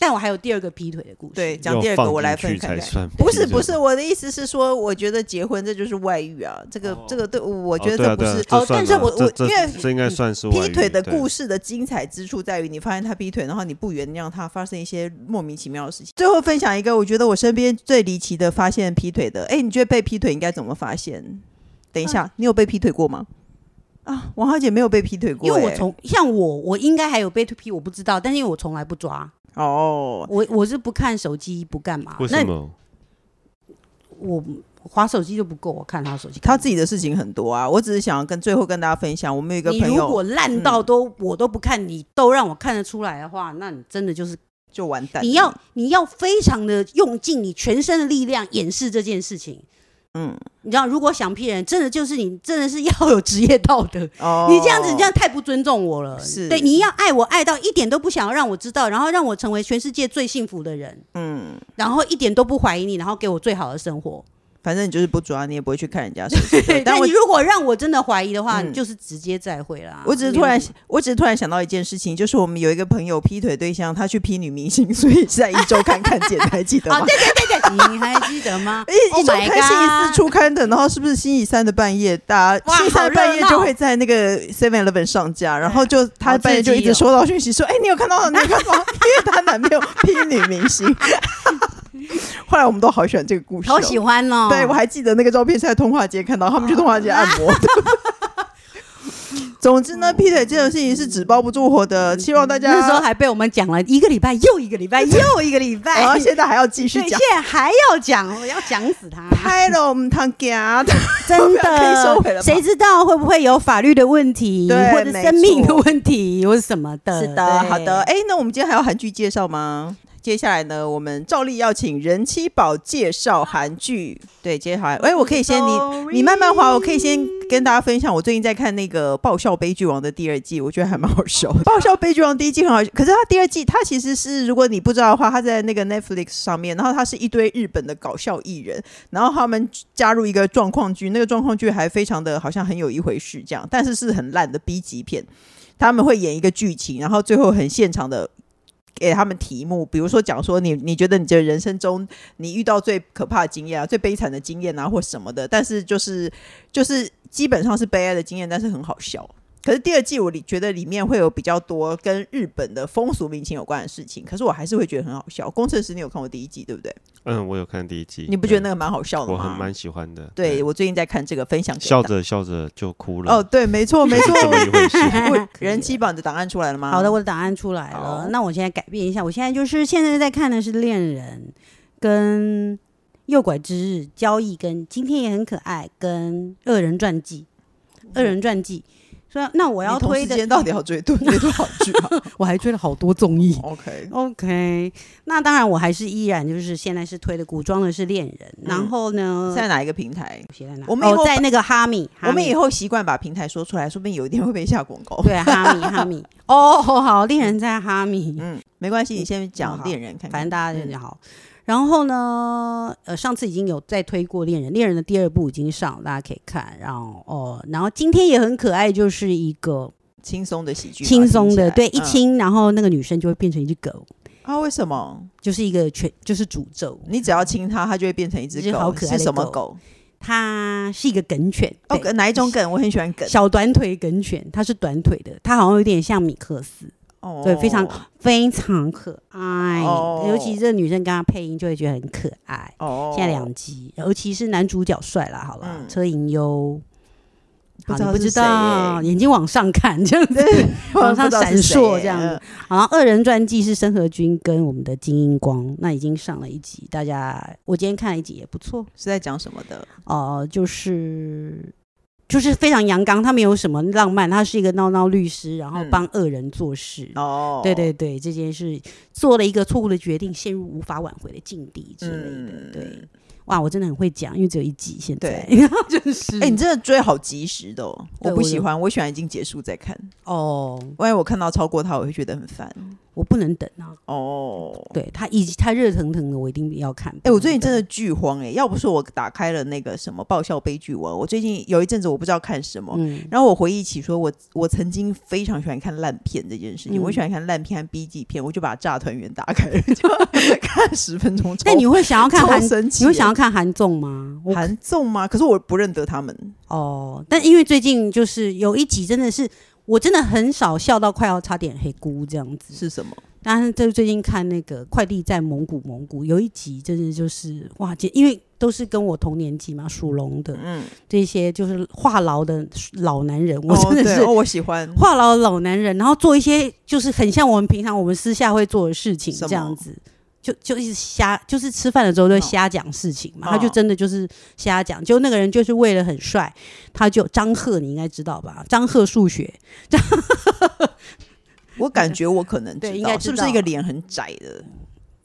[SPEAKER 4] 但我还有第二个劈腿的故事。
[SPEAKER 1] 对，讲
[SPEAKER 2] 要
[SPEAKER 1] 第二个，
[SPEAKER 2] 放
[SPEAKER 1] 我来
[SPEAKER 2] 进去
[SPEAKER 1] 分看
[SPEAKER 2] 才
[SPEAKER 1] 看。
[SPEAKER 2] 算劈腿。
[SPEAKER 1] 不是不是，我的意思是说，我觉得结婚这就是外遇啊，这个、
[SPEAKER 2] 哦
[SPEAKER 1] 这个对我
[SPEAKER 2] 哦，
[SPEAKER 1] 觉得
[SPEAKER 2] 对啊
[SPEAKER 1] 这不
[SPEAKER 2] 对啊
[SPEAKER 1] 是、
[SPEAKER 2] 这
[SPEAKER 4] 哦
[SPEAKER 2] 算
[SPEAKER 4] 但是
[SPEAKER 2] 啊
[SPEAKER 4] 我
[SPEAKER 2] 这
[SPEAKER 1] 我
[SPEAKER 2] 这
[SPEAKER 1] 因为
[SPEAKER 2] 这应该算是
[SPEAKER 1] 劈腿的故
[SPEAKER 2] 事。
[SPEAKER 1] 事的精彩之处在于，你发现他劈腿，然后你不原谅他，发生一些莫名其妙的事情。最后分享一个，我觉得我身边最离奇的发现劈腿的。哎，你觉得被劈腿应该怎么发现？等一下，你有被劈腿过吗？啊，王浩姐没有被劈腿过、
[SPEAKER 4] 啊因为我
[SPEAKER 1] 哎
[SPEAKER 4] 从像我，我应该还有被劈，我不知道，但是因为我从来不抓，
[SPEAKER 1] 哦，
[SPEAKER 4] 我我是不看手机，不干嘛
[SPEAKER 2] 为。
[SPEAKER 4] 那
[SPEAKER 2] 什么？
[SPEAKER 4] 我划手机就不够，我看他手机。
[SPEAKER 1] 他自己的事情很多啊。我只是想要跟最后跟大家分享，我们有一个
[SPEAKER 4] 你
[SPEAKER 1] 朋
[SPEAKER 4] 如果
[SPEAKER 1] 友嗯
[SPEAKER 4] 烂到都、我都不看，你都让我看得出来的话，那你真的就是
[SPEAKER 1] 就完蛋了。
[SPEAKER 4] 你要你要非常的用尽你全身的力量掩饰这件事情。
[SPEAKER 1] 嗯
[SPEAKER 4] 你知道，如果想骗人，真的就是你真的是要有职业道德。
[SPEAKER 1] 哦，
[SPEAKER 4] 你这样子，你这样太不尊重我了。
[SPEAKER 1] 是
[SPEAKER 4] 对，你要爱我爱到一点都不想要让我知道，然后让我成为全世界最幸福的人，
[SPEAKER 1] 嗯，
[SPEAKER 4] 然后一点都不怀疑你，然后给我最好的生活。
[SPEAKER 1] 反正你就是不抓，你也不会去看人家手机 但
[SPEAKER 4] 对，。但
[SPEAKER 1] 我
[SPEAKER 4] 你如果让我真的怀疑的话，
[SPEAKER 1] 嗯
[SPEAKER 4] 你就是直接再会啦。
[SPEAKER 1] 我只是
[SPEAKER 4] 没有
[SPEAKER 1] 突然
[SPEAKER 4] 什么，
[SPEAKER 1] 我只是突然想到一件事情，就是我们有一个朋友劈腿对象，他去劈女明星， 所以是在一周刊看见的，还记得
[SPEAKER 4] 啊，
[SPEAKER 1] 吗？
[SPEAKER 4] 对对对对，你还记得吗
[SPEAKER 1] 一一
[SPEAKER 4] ？Oh
[SPEAKER 1] 周
[SPEAKER 4] my
[SPEAKER 1] 刊星期
[SPEAKER 4] god！
[SPEAKER 1] 四出刊的，然后是不是星期三的半夜，大家
[SPEAKER 4] 哇
[SPEAKER 1] 星期三的半夜
[SPEAKER 4] 好热闹
[SPEAKER 1] 就会在那个 Seven Eleven 上架，然后就他
[SPEAKER 4] 好
[SPEAKER 1] 半夜
[SPEAKER 4] 刺
[SPEAKER 1] 就
[SPEAKER 4] 激哦
[SPEAKER 1] 一直收到讯息说，哎、你有看到吗？你有看到吗？ 因为她男朋友劈女明星。 后来我们都好喜欢这个故事、哦，
[SPEAKER 4] 好喜欢哦！
[SPEAKER 1] 对，我还记得那个照片是在通化街看到，他们去通化街按摩的。 总之呢，劈腿这种事情是纸包不住火的，希望大家
[SPEAKER 4] 那时候还被我们讲了一个礼拜又一个礼拜又一个礼 拜，
[SPEAKER 1] 然后哦现在还要继续
[SPEAKER 4] 对，
[SPEAKER 1] 讲
[SPEAKER 4] 现。在还要讲，我要讲死他，
[SPEAKER 1] 拍了我们堂 家的，
[SPEAKER 4] 真
[SPEAKER 1] 不要可以收回了吧
[SPEAKER 4] 的，谁知道会不会有法律的问题，
[SPEAKER 1] 对
[SPEAKER 4] 或者生命的问题，或者什么的？
[SPEAKER 1] 是的，
[SPEAKER 4] 对
[SPEAKER 1] 好的。，哎，那我们今天还有韩剧介绍吗？接下来呢，我们照例要请人妻宝介绍韩剧。对，接下来，哎，我可以先你
[SPEAKER 4] Sorry
[SPEAKER 1] 你慢慢滑，我可以先跟大家分享，我最近在看那个《爆笑悲剧王》的第二季，我觉得还蛮好笑的。《爆笑悲剧王》第一季很好笑，可是它第二季它其实是，如果你不知道的话，它在那个 Netflix 上面，然后它是一堆日本的搞笑艺人，然后他们加入一个状况剧，那个状况剧还非常的好像很有一回事这样，但是是很烂的 B 级片。他们会演一个剧情，然后最后很现场的给他们题目，比如说讲说你你觉得你的人生中你遇到最可怕的经验啊、最悲惨的经验啊或什么的，但是就是就是基本上是悲哀的经验，但是很好笑。可是第二季我里觉得里面会有比较多跟日本的风俗民情有关的事情，可是我还是会觉得很好笑。工程师，你有看过第一季对不对？
[SPEAKER 2] 嗯，我有看第一集，
[SPEAKER 1] 你不觉得那
[SPEAKER 2] 对
[SPEAKER 1] 个蛮好笑的
[SPEAKER 2] 我
[SPEAKER 1] 吗？
[SPEAKER 2] 很蛮喜欢的？
[SPEAKER 1] 对，我最近在看这个分享给
[SPEAKER 2] 笑
[SPEAKER 1] 大
[SPEAKER 2] 着笑着就哭了。
[SPEAKER 1] 哦，，对，没错没错
[SPEAKER 2] 这，么一回事。
[SPEAKER 1] 我人气榜的档案出来了吗？
[SPEAKER 4] 好的，我的答案出来
[SPEAKER 1] 好
[SPEAKER 4] 了。那我现在改变一下，我现在就是现在在看的是《恋人》跟《诱拐之日》、《交易》跟《今天也很可爱》跟《恶人传记》。恶人传记，所以那我
[SPEAKER 1] 我
[SPEAKER 4] 要推
[SPEAKER 1] 时
[SPEAKER 4] 的
[SPEAKER 1] 间到底要哦追 多追多少剧啊
[SPEAKER 4] 我还追了好多 综艺。
[SPEAKER 1] ？OK，
[SPEAKER 4] OK，那当然我还是依然就是现在是推的古装的是恋人，然后呢，
[SPEAKER 1] 嗯在哪一个平台？
[SPEAKER 4] 写在哪？
[SPEAKER 1] 我们以后
[SPEAKER 4] 哦在那个哈密，哈
[SPEAKER 1] 我们
[SPEAKER 4] 密
[SPEAKER 1] 以后习惯把平台说出来，说不定有一天会被下广告。
[SPEAKER 4] 对啊哈密哈密哦，好，恋人在哈密，
[SPEAKER 1] 嗯， 没关系，你先
[SPEAKER 4] 嗯
[SPEAKER 1] 讲
[SPEAKER 4] 好
[SPEAKER 1] 恋人看
[SPEAKER 4] 反
[SPEAKER 1] 看
[SPEAKER 4] 正。大家就好。然后呢，呃，上次已经有再推过恋人，恋人的第二部已经上了，大家可以看。然后哦，然后今天也很可爱，就是一个
[SPEAKER 1] 轻松的喜剧嘛，
[SPEAKER 4] 轻松
[SPEAKER 1] 听
[SPEAKER 4] 的，
[SPEAKER 1] 起
[SPEAKER 4] 对，
[SPEAKER 1] 来
[SPEAKER 4] 一亲，然后那个女生就会变成一只狗，
[SPEAKER 1] 嗯啊？为什么？
[SPEAKER 4] 就是一个全就是诅咒。
[SPEAKER 1] 你只要亲它，它就会变成一只
[SPEAKER 4] 一只
[SPEAKER 1] 狗？
[SPEAKER 4] 好可爱的
[SPEAKER 1] 是什么
[SPEAKER 4] 狗
[SPEAKER 1] 狗？
[SPEAKER 4] 它是一个梗犬，
[SPEAKER 1] 哦，
[SPEAKER 4] 对
[SPEAKER 1] 梗哪一种梗？我很喜欢 梗。
[SPEAKER 4] 小短腿梗犬，它是短腿的，它好像有点像米克斯，
[SPEAKER 1] 哦，
[SPEAKER 4] 对，非常非常可爱。
[SPEAKER 1] 哦
[SPEAKER 4] 尤其这女生跟他配音，就会觉得很可爱。
[SPEAKER 1] 哦，
[SPEAKER 4] 现在 两集，尤其是男主角帅啦，好了，
[SPEAKER 1] 嗯
[SPEAKER 4] 车银优。
[SPEAKER 1] 不
[SPEAKER 4] 好，
[SPEAKER 1] 知道
[SPEAKER 4] 你不
[SPEAKER 1] 是
[SPEAKER 4] 知道，
[SPEAKER 1] 谁
[SPEAKER 4] 眼睛往上看这样子。 往上
[SPEAKER 1] 不知道是
[SPEAKER 4] 闪烁
[SPEAKER 1] 谁嗯
[SPEAKER 4] 这样子。好，然后二人传记是申河君跟我们的金英光，那已经上了一集，大家我今天看了一集也不错。
[SPEAKER 1] 是在讲什么的？
[SPEAKER 4] 哦，就是就是非常阳刚，他没有什么浪漫，他是一个闹闹律师，然后
[SPEAKER 1] 嗯
[SPEAKER 4] 帮恶人做事。
[SPEAKER 1] 哦，
[SPEAKER 4] 对对对，
[SPEAKER 1] 嗯
[SPEAKER 4] 这件事做了一个错误的决定，陷入无法挽回的境地之类的。对，哇，我真的很会讲，因为只有一集现在，
[SPEAKER 1] 对
[SPEAKER 4] 然后就是，
[SPEAKER 1] 哎、你真的追好及时的、哦，
[SPEAKER 4] 对
[SPEAKER 1] 我不
[SPEAKER 4] 我
[SPEAKER 1] 喜
[SPEAKER 4] 有
[SPEAKER 1] 欢，我喜欢已经结束再看。
[SPEAKER 4] 哦，
[SPEAKER 1] 万一我看到超过他，我会觉得很烦。
[SPEAKER 4] 我不能等啊，
[SPEAKER 1] 哦，
[SPEAKER 4] 对他一他热腾腾的，我一定要看。
[SPEAKER 1] 哎、我最近真
[SPEAKER 4] 的
[SPEAKER 1] 的剧荒哎、要不是我打开了那个什么爆笑悲剧王，我最近有一阵子我不知道看什么，
[SPEAKER 4] 嗯，
[SPEAKER 1] 然后我回忆起说我，我曾经非常喜欢看烂片这件事情，
[SPEAKER 4] 嗯
[SPEAKER 1] 我喜欢看烂片和 B 级片，我就把《炸团圆》打开，就 看十分钟。
[SPEAKER 4] 那你会想要看
[SPEAKER 1] 超
[SPEAKER 4] 韩，
[SPEAKER 1] 神奇耶？
[SPEAKER 4] 你会想要看韩综吗？我
[SPEAKER 1] 韩综吗？可是我不认得他们。
[SPEAKER 4] 哦，但因为最近就是有一集真的是。我真的很少笑到快要差点黑咕这样子，
[SPEAKER 1] 是什么？
[SPEAKER 4] 但是这最近看那个快递在蒙古蒙古有一集，真的就是哇，姐因为都是跟我同年纪嘛，属龙的
[SPEAKER 1] 嗯，
[SPEAKER 4] 这些就是话痨的老男人，我
[SPEAKER 1] 哦
[SPEAKER 4] 真的
[SPEAKER 1] 对
[SPEAKER 4] 是
[SPEAKER 1] 哦，我喜欢。
[SPEAKER 4] 话痨的老男人，然后做一些就是很像我们平常我们私下会做的事情
[SPEAKER 1] 什么
[SPEAKER 4] 这样子。就就一直瞎，就是吃饭的时候都会
[SPEAKER 1] 哦
[SPEAKER 4] 瞎讲事情嘛，
[SPEAKER 1] 哦
[SPEAKER 4] 他就真的就是瞎讲。就那个人就是为了很帅，他就张赫，你应该知道吧？张赫数学，
[SPEAKER 1] 我感觉我可能
[SPEAKER 4] 对
[SPEAKER 1] 知
[SPEAKER 4] 应
[SPEAKER 1] 道，
[SPEAKER 4] 该
[SPEAKER 1] 是
[SPEAKER 4] 知
[SPEAKER 1] 不
[SPEAKER 4] 道
[SPEAKER 1] 是一个脸很窄的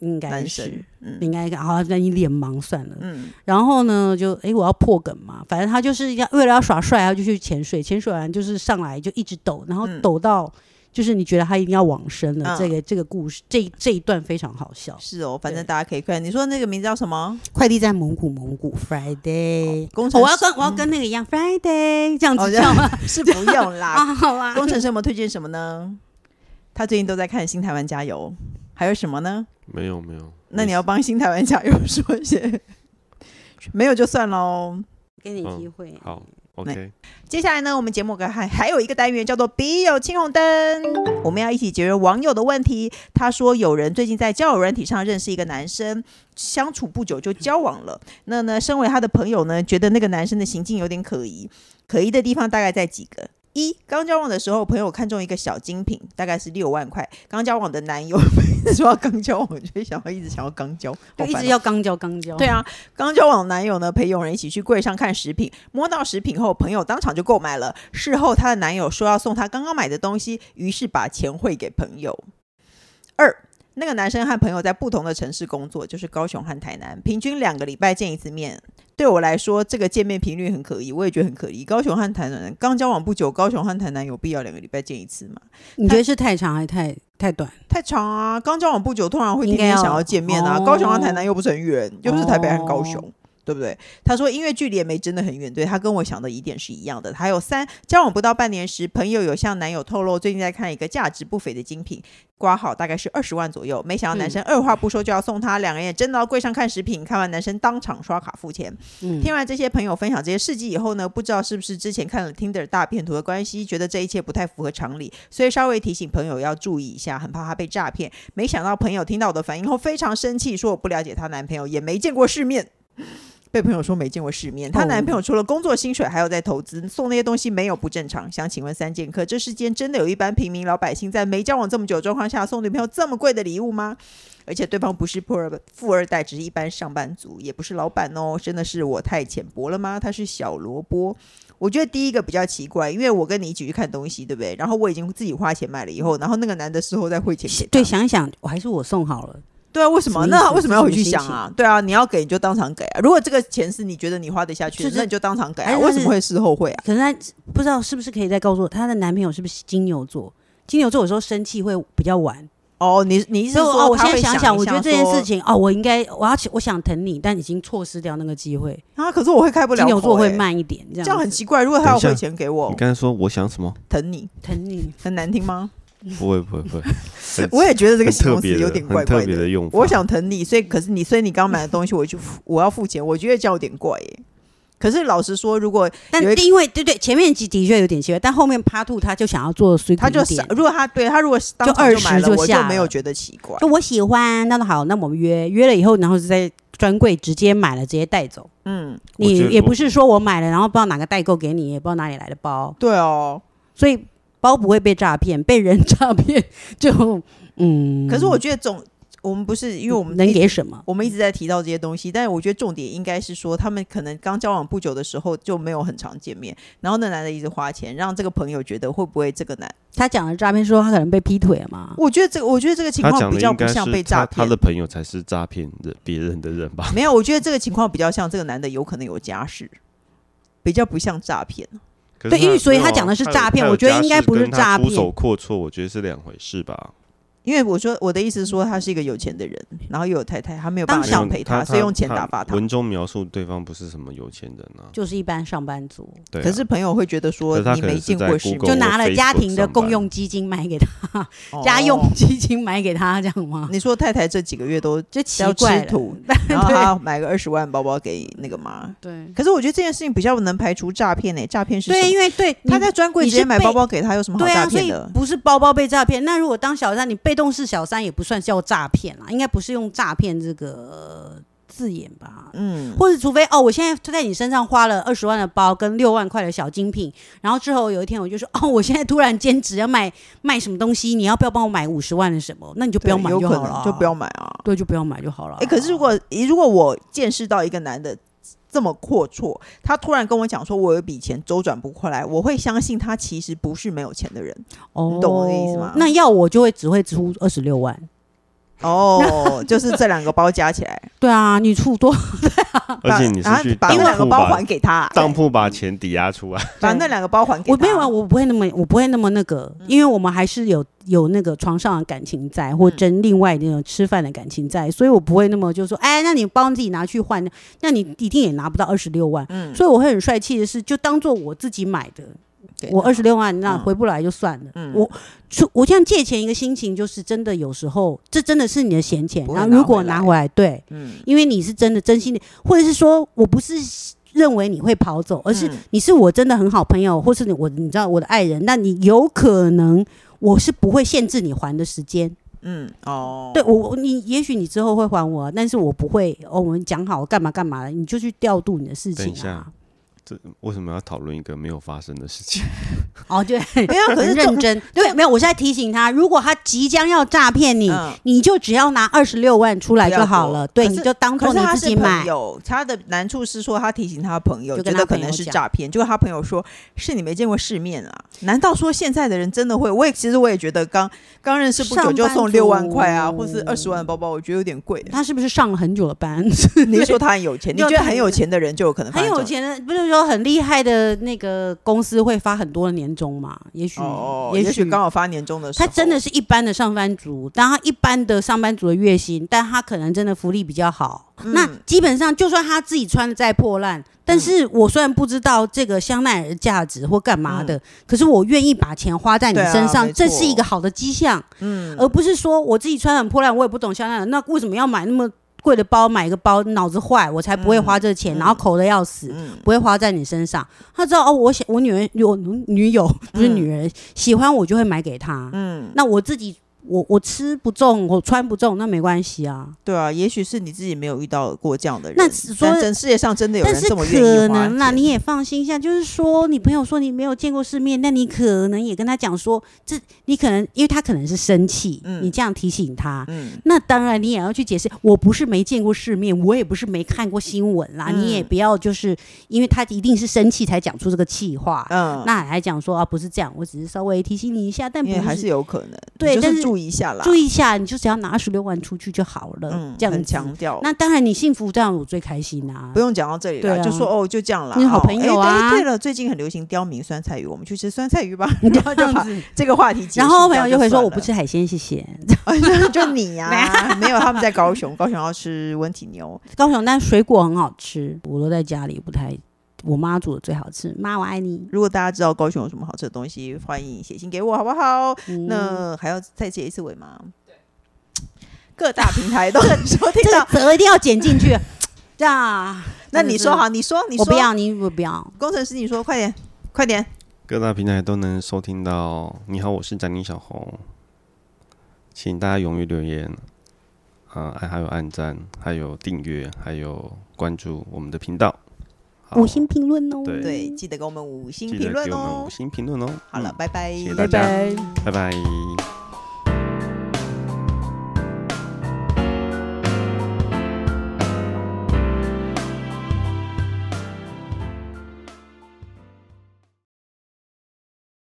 [SPEAKER 4] 应该
[SPEAKER 1] 男
[SPEAKER 4] 是
[SPEAKER 1] 生？嗯
[SPEAKER 4] 应该好，那你脸盲算了。
[SPEAKER 1] 嗯，
[SPEAKER 4] 然后呢，就诶，我要破梗嘛，反正他就是要为了要耍帅，他就去潜水，潜水完就是上来就一直抖，然后
[SPEAKER 1] 嗯
[SPEAKER 4] 抖到就是你觉得他一定要往生了。
[SPEAKER 1] 嗯
[SPEAKER 4] 这个这个故事这这一段非常好笑。
[SPEAKER 1] 是哦，反正
[SPEAKER 4] 对
[SPEAKER 1] 大家可以看。你说那个名字叫什么？
[SPEAKER 4] 快递在蒙古蒙古 Friday，、
[SPEAKER 1] 工程
[SPEAKER 4] 哦、
[SPEAKER 1] 师？嗯
[SPEAKER 4] 我要跟我要跟那个一样、Friday 这样
[SPEAKER 1] 哦
[SPEAKER 4] 子叫吗？
[SPEAKER 1] 是不用 啦。
[SPEAKER 4] 啊， 好啊。
[SPEAKER 1] 工程师有没有推荐什么呢？他最近都在看《新台湾加油》，还有什么呢？
[SPEAKER 2] 没有没有。
[SPEAKER 1] 那你要帮新台湾加油说一些，没有就算喽。
[SPEAKER 4] 给你机会，
[SPEAKER 2] 好，OK，
[SPEAKER 1] 接下来呢，我们节目还还有一个单元叫做“笔友青红灯”，我们要一起解决网友的问题。他说，有人最近在交友软体上认识一个男生，相处不久就交往了。那呢，身为他的朋友呢，觉得那个男生的行径有点可疑，可疑的地方大概在几个。一刚交往的时候，朋友看中一个小精品，大概是六万块。刚交往的男友每次说要刚交往，我就会想要一直想要刚交，
[SPEAKER 4] 就
[SPEAKER 1] 好
[SPEAKER 4] 一
[SPEAKER 1] 烦
[SPEAKER 4] 直
[SPEAKER 1] 哦
[SPEAKER 4] 要刚交刚交。
[SPEAKER 1] 对啊，刚交往男友呢陪佣人一起去柜上看食品，摸到食品后，朋友当场就购买了。事后她的男友说要送她刚刚买的东西，于是把钱汇给朋友。二那个男生和朋友在不同的城市工作，就是高雄和台南，平均两个礼拜见一次面。对我来说，这个见面频率很可疑，我也觉得很可疑。高雄和台南刚交往不久，高雄和台南有必要两个礼拜见一次吗？
[SPEAKER 4] 你觉得是太长还是太太短？
[SPEAKER 1] 太长啊！刚交往不久，突然会
[SPEAKER 4] 应
[SPEAKER 1] 天
[SPEAKER 4] 该
[SPEAKER 1] 天
[SPEAKER 4] 要
[SPEAKER 1] 想要见面啊。
[SPEAKER 4] 哦
[SPEAKER 1] 高雄和台南又不是很远，又不是台北和高雄，
[SPEAKER 4] 哦
[SPEAKER 1] 对不对？他说，因为距离也没真的很远，对他跟我想的疑点是一样的。还有三，交往不到半年时，朋友有向男友透露最近在看一个价值不菲的精品，挂号大概是二十万左右。没想到男生
[SPEAKER 4] 嗯
[SPEAKER 1] 二话不说就要送他，两个人也真的到柜上看食品，看完男生当场刷卡付钱。
[SPEAKER 4] 嗯，
[SPEAKER 1] 听完这些朋友分享这些事迹以后呢，不知道是不是之前看了 Tinder 大片图的关系，觉得这一切不太符合常理，所以稍微提醒朋友要注意一下，很怕他被诈骗。没想到朋友听到我的反应后非常生气，说我不了解她男朋友，也没见过世面。 被朋友说没见过世面，她
[SPEAKER 4] 哦
[SPEAKER 1] 男朋友除了工作薪水，还有在投资，送那些东西没有不正常。想请问三剑客，这世间真的有一般平民老百姓在没交往这么久的状况下送女朋友这么贵的礼物吗？而且对方不是富二富二代，只是一般上班族，也不是老板哦。真的是我太浅薄了吗？他是小萝卜。我觉得第一个比较奇怪，因为我跟你一起去看东西，对不对？然后我已经自己花钱买了以后，然后那个男的事后再汇钱给他
[SPEAKER 4] 对，想一想，我还是我送好了。
[SPEAKER 1] 对啊，为什么？
[SPEAKER 4] 什么意思
[SPEAKER 1] 那为什么要回去想啊？对啊，你要给你就当场给啊。如果这个钱是你觉得你花得下去的，
[SPEAKER 4] 就是
[SPEAKER 1] 那你就当场给啊。
[SPEAKER 4] 哎
[SPEAKER 1] 为什么会事后汇啊？
[SPEAKER 4] 可是她不知道是不是可以再告诉我，她的男朋友是不是金牛座？金牛座有时候生气会比较晚，
[SPEAKER 1] 哦，你你是
[SPEAKER 4] 所以
[SPEAKER 1] 说
[SPEAKER 4] 哦，我
[SPEAKER 1] 他
[SPEAKER 4] 现在
[SPEAKER 1] 会
[SPEAKER 4] 想
[SPEAKER 1] 想
[SPEAKER 4] 想，
[SPEAKER 1] 一
[SPEAKER 4] 我觉得这件
[SPEAKER 1] 说
[SPEAKER 4] 事情哦，我应该我要我想疼你，但已经错失掉那个机会。
[SPEAKER 1] 啊？可是我会开不了
[SPEAKER 4] 金
[SPEAKER 1] 口、
[SPEAKER 4] 牛座会
[SPEAKER 1] 哎，
[SPEAKER 4] 慢一点，这样
[SPEAKER 1] 这样很
[SPEAKER 4] 子
[SPEAKER 1] 奇怪。如果他要
[SPEAKER 2] 等一下
[SPEAKER 1] 汇钱给我
[SPEAKER 2] 你，刚才说我想什么？
[SPEAKER 1] 疼你
[SPEAKER 4] 疼 你。
[SPEAKER 1] 很难听吗？
[SPEAKER 2] 不会不会不会，很
[SPEAKER 1] 我也觉 得这个
[SPEAKER 2] 很
[SPEAKER 1] 形
[SPEAKER 2] 特
[SPEAKER 1] 容词
[SPEAKER 2] 别的
[SPEAKER 1] 有点怪
[SPEAKER 2] 很
[SPEAKER 1] 怪
[SPEAKER 2] 特别的用法。
[SPEAKER 1] 我想疼你，所以可是你，所以你刚买的东西，我就付我要付钱，我觉得这样有点怪耶。可是老实说，如果
[SPEAKER 4] 但
[SPEAKER 1] 有一
[SPEAKER 4] 因为对对，前面集的确有点奇怪，但后面 Part Two 他就想要做随
[SPEAKER 1] 他
[SPEAKER 4] 便
[SPEAKER 1] 就
[SPEAKER 4] 一
[SPEAKER 1] 是
[SPEAKER 4] 点，
[SPEAKER 1] 如果他对他如果当场
[SPEAKER 4] 就
[SPEAKER 1] 就买
[SPEAKER 4] 20
[SPEAKER 1] 了，
[SPEAKER 4] 就
[SPEAKER 1] 我
[SPEAKER 4] 下
[SPEAKER 1] 就
[SPEAKER 4] 了
[SPEAKER 1] 没有觉得奇怪。
[SPEAKER 4] 就我喜欢，那好，那我们约约了以后，然后就在专柜直接买了，直接带走。
[SPEAKER 1] 嗯，
[SPEAKER 2] 我
[SPEAKER 4] 你
[SPEAKER 2] 觉得
[SPEAKER 4] 也
[SPEAKER 2] 我
[SPEAKER 4] 不是说我买了，然后不知道哪个代购给你，也不知道哪里来的包，
[SPEAKER 1] 对哦。
[SPEAKER 4] 所以 包不会被诈骗，被人诈骗就嗯。
[SPEAKER 1] 可是我觉得总我们不是因为我们
[SPEAKER 4] 能
[SPEAKER 1] 一直
[SPEAKER 4] 给什么？
[SPEAKER 1] 我们一直在提到这些东西，但是我觉得重点应该是说，他们可能刚交往不久的时候就没有很常见面，然后那男的一直花钱，让这个朋友觉得会不会这个男？
[SPEAKER 4] 他讲的诈骗是说他可能被劈腿了嘛？
[SPEAKER 1] 我觉得这个，我觉得这个情
[SPEAKER 2] 他
[SPEAKER 1] 况
[SPEAKER 2] 讲
[SPEAKER 1] 比
[SPEAKER 2] 的
[SPEAKER 1] 较
[SPEAKER 2] 应
[SPEAKER 1] 不
[SPEAKER 2] 该
[SPEAKER 1] 像
[SPEAKER 2] 是
[SPEAKER 1] 被诈
[SPEAKER 2] 他他
[SPEAKER 1] 骗
[SPEAKER 2] 的。朋友才是诈骗人别人的人吧？
[SPEAKER 1] 没有，我觉得这个情况比较像这个男的有可能有家室，比较不像诈骗。
[SPEAKER 2] 可
[SPEAKER 4] 对
[SPEAKER 2] 是
[SPEAKER 4] 因为
[SPEAKER 2] 他
[SPEAKER 4] 所以
[SPEAKER 2] 没有
[SPEAKER 4] 他讲的是
[SPEAKER 2] 有
[SPEAKER 4] 诈骗
[SPEAKER 2] 他有
[SPEAKER 4] 我觉得
[SPEAKER 2] 家
[SPEAKER 4] 应该
[SPEAKER 2] 室
[SPEAKER 4] 不是
[SPEAKER 2] 跟他
[SPEAKER 4] 诈
[SPEAKER 2] 出
[SPEAKER 4] 骗
[SPEAKER 2] 手阔绰，我觉得是两回事吧。
[SPEAKER 1] 因为我说我的意思是说，他是一个有钱的人，然后又有太太，他没有办法
[SPEAKER 4] 当
[SPEAKER 2] 没
[SPEAKER 4] 想
[SPEAKER 2] 有
[SPEAKER 1] 养陪
[SPEAKER 2] 嗯他，
[SPEAKER 1] 所以用钱打发他。
[SPEAKER 2] 文中描述对方不是什么有钱人啊，
[SPEAKER 4] 就是一般上班族，
[SPEAKER 2] 对啊
[SPEAKER 1] 可是朋友会觉得说
[SPEAKER 2] 可是他
[SPEAKER 1] 你
[SPEAKER 2] 可能
[SPEAKER 1] 没
[SPEAKER 2] 是
[SPEAKER 1] 见
[SPEAKER 2] 在
[SPEAKER 1] 过世面，
[SPEAKER 2] Google
[SPEAKER 4] 就
[SPEAKER 2] 我
[SPEAKER 4] 拿了
[SPEAKER 2] Facebook
[SPEAKER 4] 家庭的
[SPEAKER 2] 上班
[SPEAKER 4] 共用基金买给他，
[SPEAKER 1] 哦
[SPEAKER 4] 家 用基金买给他，这样吗？
[SPEAKER 1] 你说太太这几个月都
[SPEAKER 4] 就奇
[SPEAKER 1] 哦要吃
[SPEAKER 4] 怪了，
[SPEAKER 1] 土，然后他买个二十万包包给那个妈。
[SPEAKER 4] 对
[SPEAKER 1] 可是我觉得这件事情比较能排除诈骗呢、欸诈骗是
[SPEAKER 4] 对，
[SPEAKER 1] 什么
[SPEAKER 4] 因为对
[SPEAKER 1] 他
[SPEAKER 4] 你
[SPEAKER 1] 在专柜
[SPEAKER 4] 你
[SPEAKER 1] 直接
[SPEAKER 4] 是
[SPEAKER 1] 买
[SPEAKER 4] 被
[SPEAKER 1] 包包给他，有什么好
[SPEAKER 4] 对
[SPEAKER 1] 诈
[SPEAKER 4] 啊，所
[SPEAKER 1] 骗
[SPEAKER 4] 以
[SPEAKER 1] 的？
[SPEAKER 4] 不是包包被诈骗。那如果当小三，你被动式小三也不算叫诈骗啦，应该不是用诈骗这个字眼吧？
[SPEAKER 1] 嗯，
[SPEAKER 4] 或者除非哦，我现在就在你身上花了二十万的包跟六万块的小精品，然后之后有一天我就说哦，我现在突然兼职要卖卖什么东西，你要不要帮我买五十万的什么？那你就不要
[SPEAKER 1] 对
[SPEAKER 4] 买
[SPEAKER 1] 有
[SPEAKER 4] 就
[SPEAKER 1] 可
[SPEAKER 4] 好了啊、
[SPEAKER 1] 能就不要买啊。
[SPEAKER 4] 对，就不要买就好了啊。
[SPEAKER 1] 哎、可是如果如果我见识到一个男的这么阔绰，他突然跟我讲说我有一笔钱周转不过来，我会相信他其实不是没有钱的人。
[SPEAKER 4] 哦
[SPEAKER 1] 你懂我的意思吗
[SPEAKER 4] 那要我就会只会出二十六万。
[SPEAKER 1] 哦， 就是这两个包加起来，
[SPEAKER 4] 对啊，你出多
[SPEAKER 2] 啊而且你
[SPEAKER 1] 把啊
[SPEAKER 2] 是去
[SPEAKER 1] 把
[SPEAKER 2] 当
[SPEAKER 1] 把那两个
[SPEAKER 2] 铺
[SPEAKER 1] 包
[SPEAKER 2] 把
[SPEAKER 1] 还给他啊、
[SPEAKER 2] 当铺把钱抵押出来，
[SPEAKER 1] 把那两个包还给他。
[SPEAKER 4] 我没有啊，我不会那么，我不会那么那个，
[SPEAKER 1] 嗯
[SPEAKER 4] 因为我们还是有有那个床上的感情在，或
[SPEAKER 1] 嗯
[SPEAKER 4] 真另外那种吃饭的感情在，所以我不会那么就说，哎，那你帮自己拿去换，那你一定也拿不到二十六万，
[SPEAKER 1] 嗯，
[SPEAKER 4] 所以我会很帅气的是，就当做我自己买的，
[SPEAKER 1] 给
[SPEAKER 4] 我
[SPEAKER 1] 他
[SPEAKER 4] 二十六万那
[SPEAKER 1] 嗯
[SPEAKER 4] 回不来就算了，
[SPEAKER 1] 嗯
[SPEAKER 4] 我出我这样借钱一个心情就是真的有时候这真的是你的闲钱，
[SPEAKER 1] 不会
[SPEAKER 4] 然后
[SPEAKER 1] 拿
[SPEAKER 4] 如果
[SPEAKER 1] 回来
[SPEAKER 4] 拿回来，对，
[SPEAKER 1] 嗯，
[SPEAKER 4] 因为你是真的真心的，或者是说我不是认为你会跑走，而是
[SPEAKER 1] 嗯
[SPEAKER 4] 你是我真的很好朋友，或是你我你知道我的爱人，那你有可能我是不会限制你还的时间。
[SPEAKER 1] 嗯哦，
[SPEAKER 4] 对我我你也许你之后会还我，但是我不会。哦，我们讲好干嘛干嘛的，你就去调度你的事
[SPEAKER 2] 等一
[SPEAKER 4] 情啊
[SPEAKER 2] 下。这为什么要讨论一个没有发生的事情？
[SPEAKER 4] 哦，对，
[SPEAKER 1] 没有，可
[SPEAKER 4] 很
[SPEAKER 1] 是这
[SPEAKER 4] 认真。对，没有，我是在提醒他，如果他即将要诈骗你。
[SPEAKER 1] 嗯
[SPEAKER 4] 你就只要拿二十六万出来
[SPEAKER 1] 不要
[SPEAKER 4] 就好
[SPEAKER 1] 多
[SPEAKER 4] 了，对，
[SPEAKER 1] 可
[SPEAKER 4] 你
[SPEAKER 1] 是
[SPEAKER 4] 就当
[SPEAKER 1] 可
[SPEAKER 4] 做
[SPEAKER 1] 是
[SPEAKER 4] 你
[SPEAKER 1] 他
[SPEAKER 4] 自
[SPEAKER 1] 是
[SPEAKER 4] 己
[SPEAKER 1] 朋
[SPEAKER 4] 买。
[SPEAKER 1] 友，他的难处是说他提醒他朋友，
[SPEAKER 4] 就
[SPEAKER 1] 觉
[SPEAKER 4] 跟
[SPEAKER 1] 得
[SPEAKER 4] 他
[SPEAKER 1] 可
[SPEAKER 4] 朋
[SPEAKER 1] 能
[SPEAKER 4] 友
[SPEAKER 1] 是
[SPEAKER 4] 讲
[SPEAKER 1] 诈骗，结果他朋友说是你没见过世面啊？难道说现在的人真的会？我也其实我也觉得刚刚认识不久
[SPEAKER 4] 上
[SPEAKER 1] 就
[SPEAKER 4] 班
[SPEAKER 1] 送六万
[SPEAKER 4] 族
[SPEAKER 1] 块啊，或是二十万的包包，我觉得有点 贵。
[SPEAKER 4] 他是不是上了很久的班？
[SPEAKER 1] 你是说他很有钱，你
[SPEAKER 4] 没有
[SPEAKER 1] 觉得
[SPEAKER 4] 他
[SPEAKER 1] 很有钱的人就有可能发
[SPEAKER 4] 很
[SPEAKER 1] 生这
[SPEAKER 4] 有
[SPEAKER 1] 种
[SPEAKER 4] 钱的，不是说很厉害的那个公司会发很多的年终嘛？也许，
[SPEAKER 1] 哦，也许
[SPEAKER 4] 许
[SPEAKER 1] 刚好发年终的时候，
[SPEAKER 4] 他真的是一般的上班族，但他一般的上班族的月薪，但他可能真的福利比较好。
[SPEAKER 1] 嗯
[SPEAKER 4] 那基本上，就算他自己穿的再破烂，但
[SPEAKER 1] 嗯
[SPEAKER 4] 是我虽然不知道这个香奈儿的价值或干嘛的，可是我愿意把钱花在
[SPEAKER 1] 嗯
[SPEAKER 4] 你
[SPEAKER 1] 对啊
[SPEAKER 4] 身上，
[SPEAKER 1] 没
[SPEAKER 4] 这
[SPEAKER 1] 错
[SPEAKER 4] 是一个好的迹象，
[SPEAKER 1] 嗯
[SPEAKER 4] 而不是说我自己穿很破烂，我也不懂香奈儿，那为什么要买那么贵的包，买一个包脑子坏，我才不会花这个钱，
[SPEAKER 1] 嗯
[SPEAKER 4] 然后口的要死。
[SPEAKER 1] 嗯
[SPEAKER 4] 不会花在你身上。他知道哦，我想我女儿有女友不是女人、喜欢我就会买给她。
[SPEAKER 1] 嗯，
[SPEAKER 4] 那我自己我我吃不中，我穿不中，那没关系啊。
[SPEAKER 1] 对啊，也许是你自己没有遇到过这样的人，
[SPEAKER 4] 那只说
[SPEAKER 1] 但真世界上真的有
[SPEAKER 4] 但
[SPEAKER 1] 人
[SPEAKER 4] 是
[SPEAKER 1] 这么愿意
[SPEAKER 4] 可
[SPEAKER 1] 花
[SPEAKER 4] 能啦，
[SPEAKER 1] 钱
[SPEAKER 4] 你也放心一下，就是说你朋友说你没有见过世面，那你可能也跟他讲说，这你可能因为他可能是生气，
[SPEAKER 1] 嗯
[SPEAKER 4] 你这样提醒他。
[SPEAKER 1] 嗯
[SPEAKER 4] 那当然，你也要去解释。我不是没见过世面，我也不是没看过新闻啦。
[SPEAKER 1] 嗯
[SPEAKER 4] 你也不要就是，因为他一定是生气才讲出这个气话。
[SPEAKER 1] 嗯，
[SPEAKER 4] 那还讲说啊，不是这样，我只是稍微提醒你一下，但不
[SPEAKER 1] 也还是有可能，
[SPEAKER 4] 对
[SPEAKER 1] 你就
[SPEAKER 4] 但
[SPEAKER 1] 是
[SPEAKER 4] 是
[SPEAKER 1] 注意一下啦，
[SPEAKER 4] 注意一下，你就只要拿十六万出去就好了，
[SPEAKER 1] 嗯，
[SPEAKER 4] 这样
[SPEAKER 1] 很
[SPEAKER 4] 子
[SPEAKER 1] 强调。
[SPEAKER 4] 那当然，你幸福这样我最开心啊
[SPEAKER 1] 不。用讲到这里了，
[SPEAKER 4] 对啊
[SPEAKER 1] 就说哦，就这样啦。
[SPEAKER 4] 你好
[SPEAKER 1] 哦
[SPEAKER 4] 朋友啊
[SPEAKER 1] 哎对对了，最近很流行刁民酸菜鱼，我们去吃酸菜 鱼吧。
[SPEAKER 4] 你
[SPEAKER 1] 然后就把
[SPEAKER 4] 子，
[SPEAKER 1] 这个话题结束
[SPEAKER 4] 然后朋友就会说
[SPEAKER 1] 这
[SPEAKER 4] 我
[SPEAKER 1] 样
[SPEAKER 4] 不
[SPEAKER 1] 就
[SPEAKER 4] 吃海鲜，谢谢。
[SPEAKER 1] 算了， 就你 呀、没有他们在高雄，高雄要吃温体牛。
[SPEAKER 4] 高雄但水果很好吃，我都在家里不太，我妈煮的最好吃。妈，我爱你。
[SPEAKER 1] 如果大家知道高雄有什么好吃的东西，欢迎写信给我，好不好？
[SPEAKER 4] 嗯
[SPEAKER 1] 那还要再结一次尾吗？各大平台都能收听
[SPEAKER 4] 这个
[SPEAKER 1] 到。
[SPEAKER 4] 责一定要剪 进去。啊这样，
[SPEAKER 1] 那你说好，你说，你
[SPEAKER 4] 我
[SPEAKER 1] 说，
[SPEAKER 4] 不要，你我不要。
[SPEAKER 1] 工程师，你说，快点，快点。
[SPEAKER 2] 各大平台都能收听到。你好，我是展宁小红，请大家踊跃留言啊、还还有按赞，还有订阅，还有关注我们的频道。好
[SPEAKER 4] 五星评论哦，
[SPEAKER 2] 对
[SPEAKER 1] 对，记得给我们五星
[SPEAKER 2] 记
[SPEAKER 1] 评
[SPEAKER 2] 得
[SPEAKER 1] 论
[SPEAKER 2] 给我们
[SPEAKER 1] 哦
[SPEAKER 2] 五。星评论哦。
[SPEAKER 1] 好了，
[SPEAKER 2] 嗯，
[SPEAKER 1] 拜拜，
[SPEAKER 2] 谢谢大
[SPEAKER 4] 拜
[SPEAKER 2] 家
[SPEAKER 4] 拜。
[SPEAKER 2] 拜拜。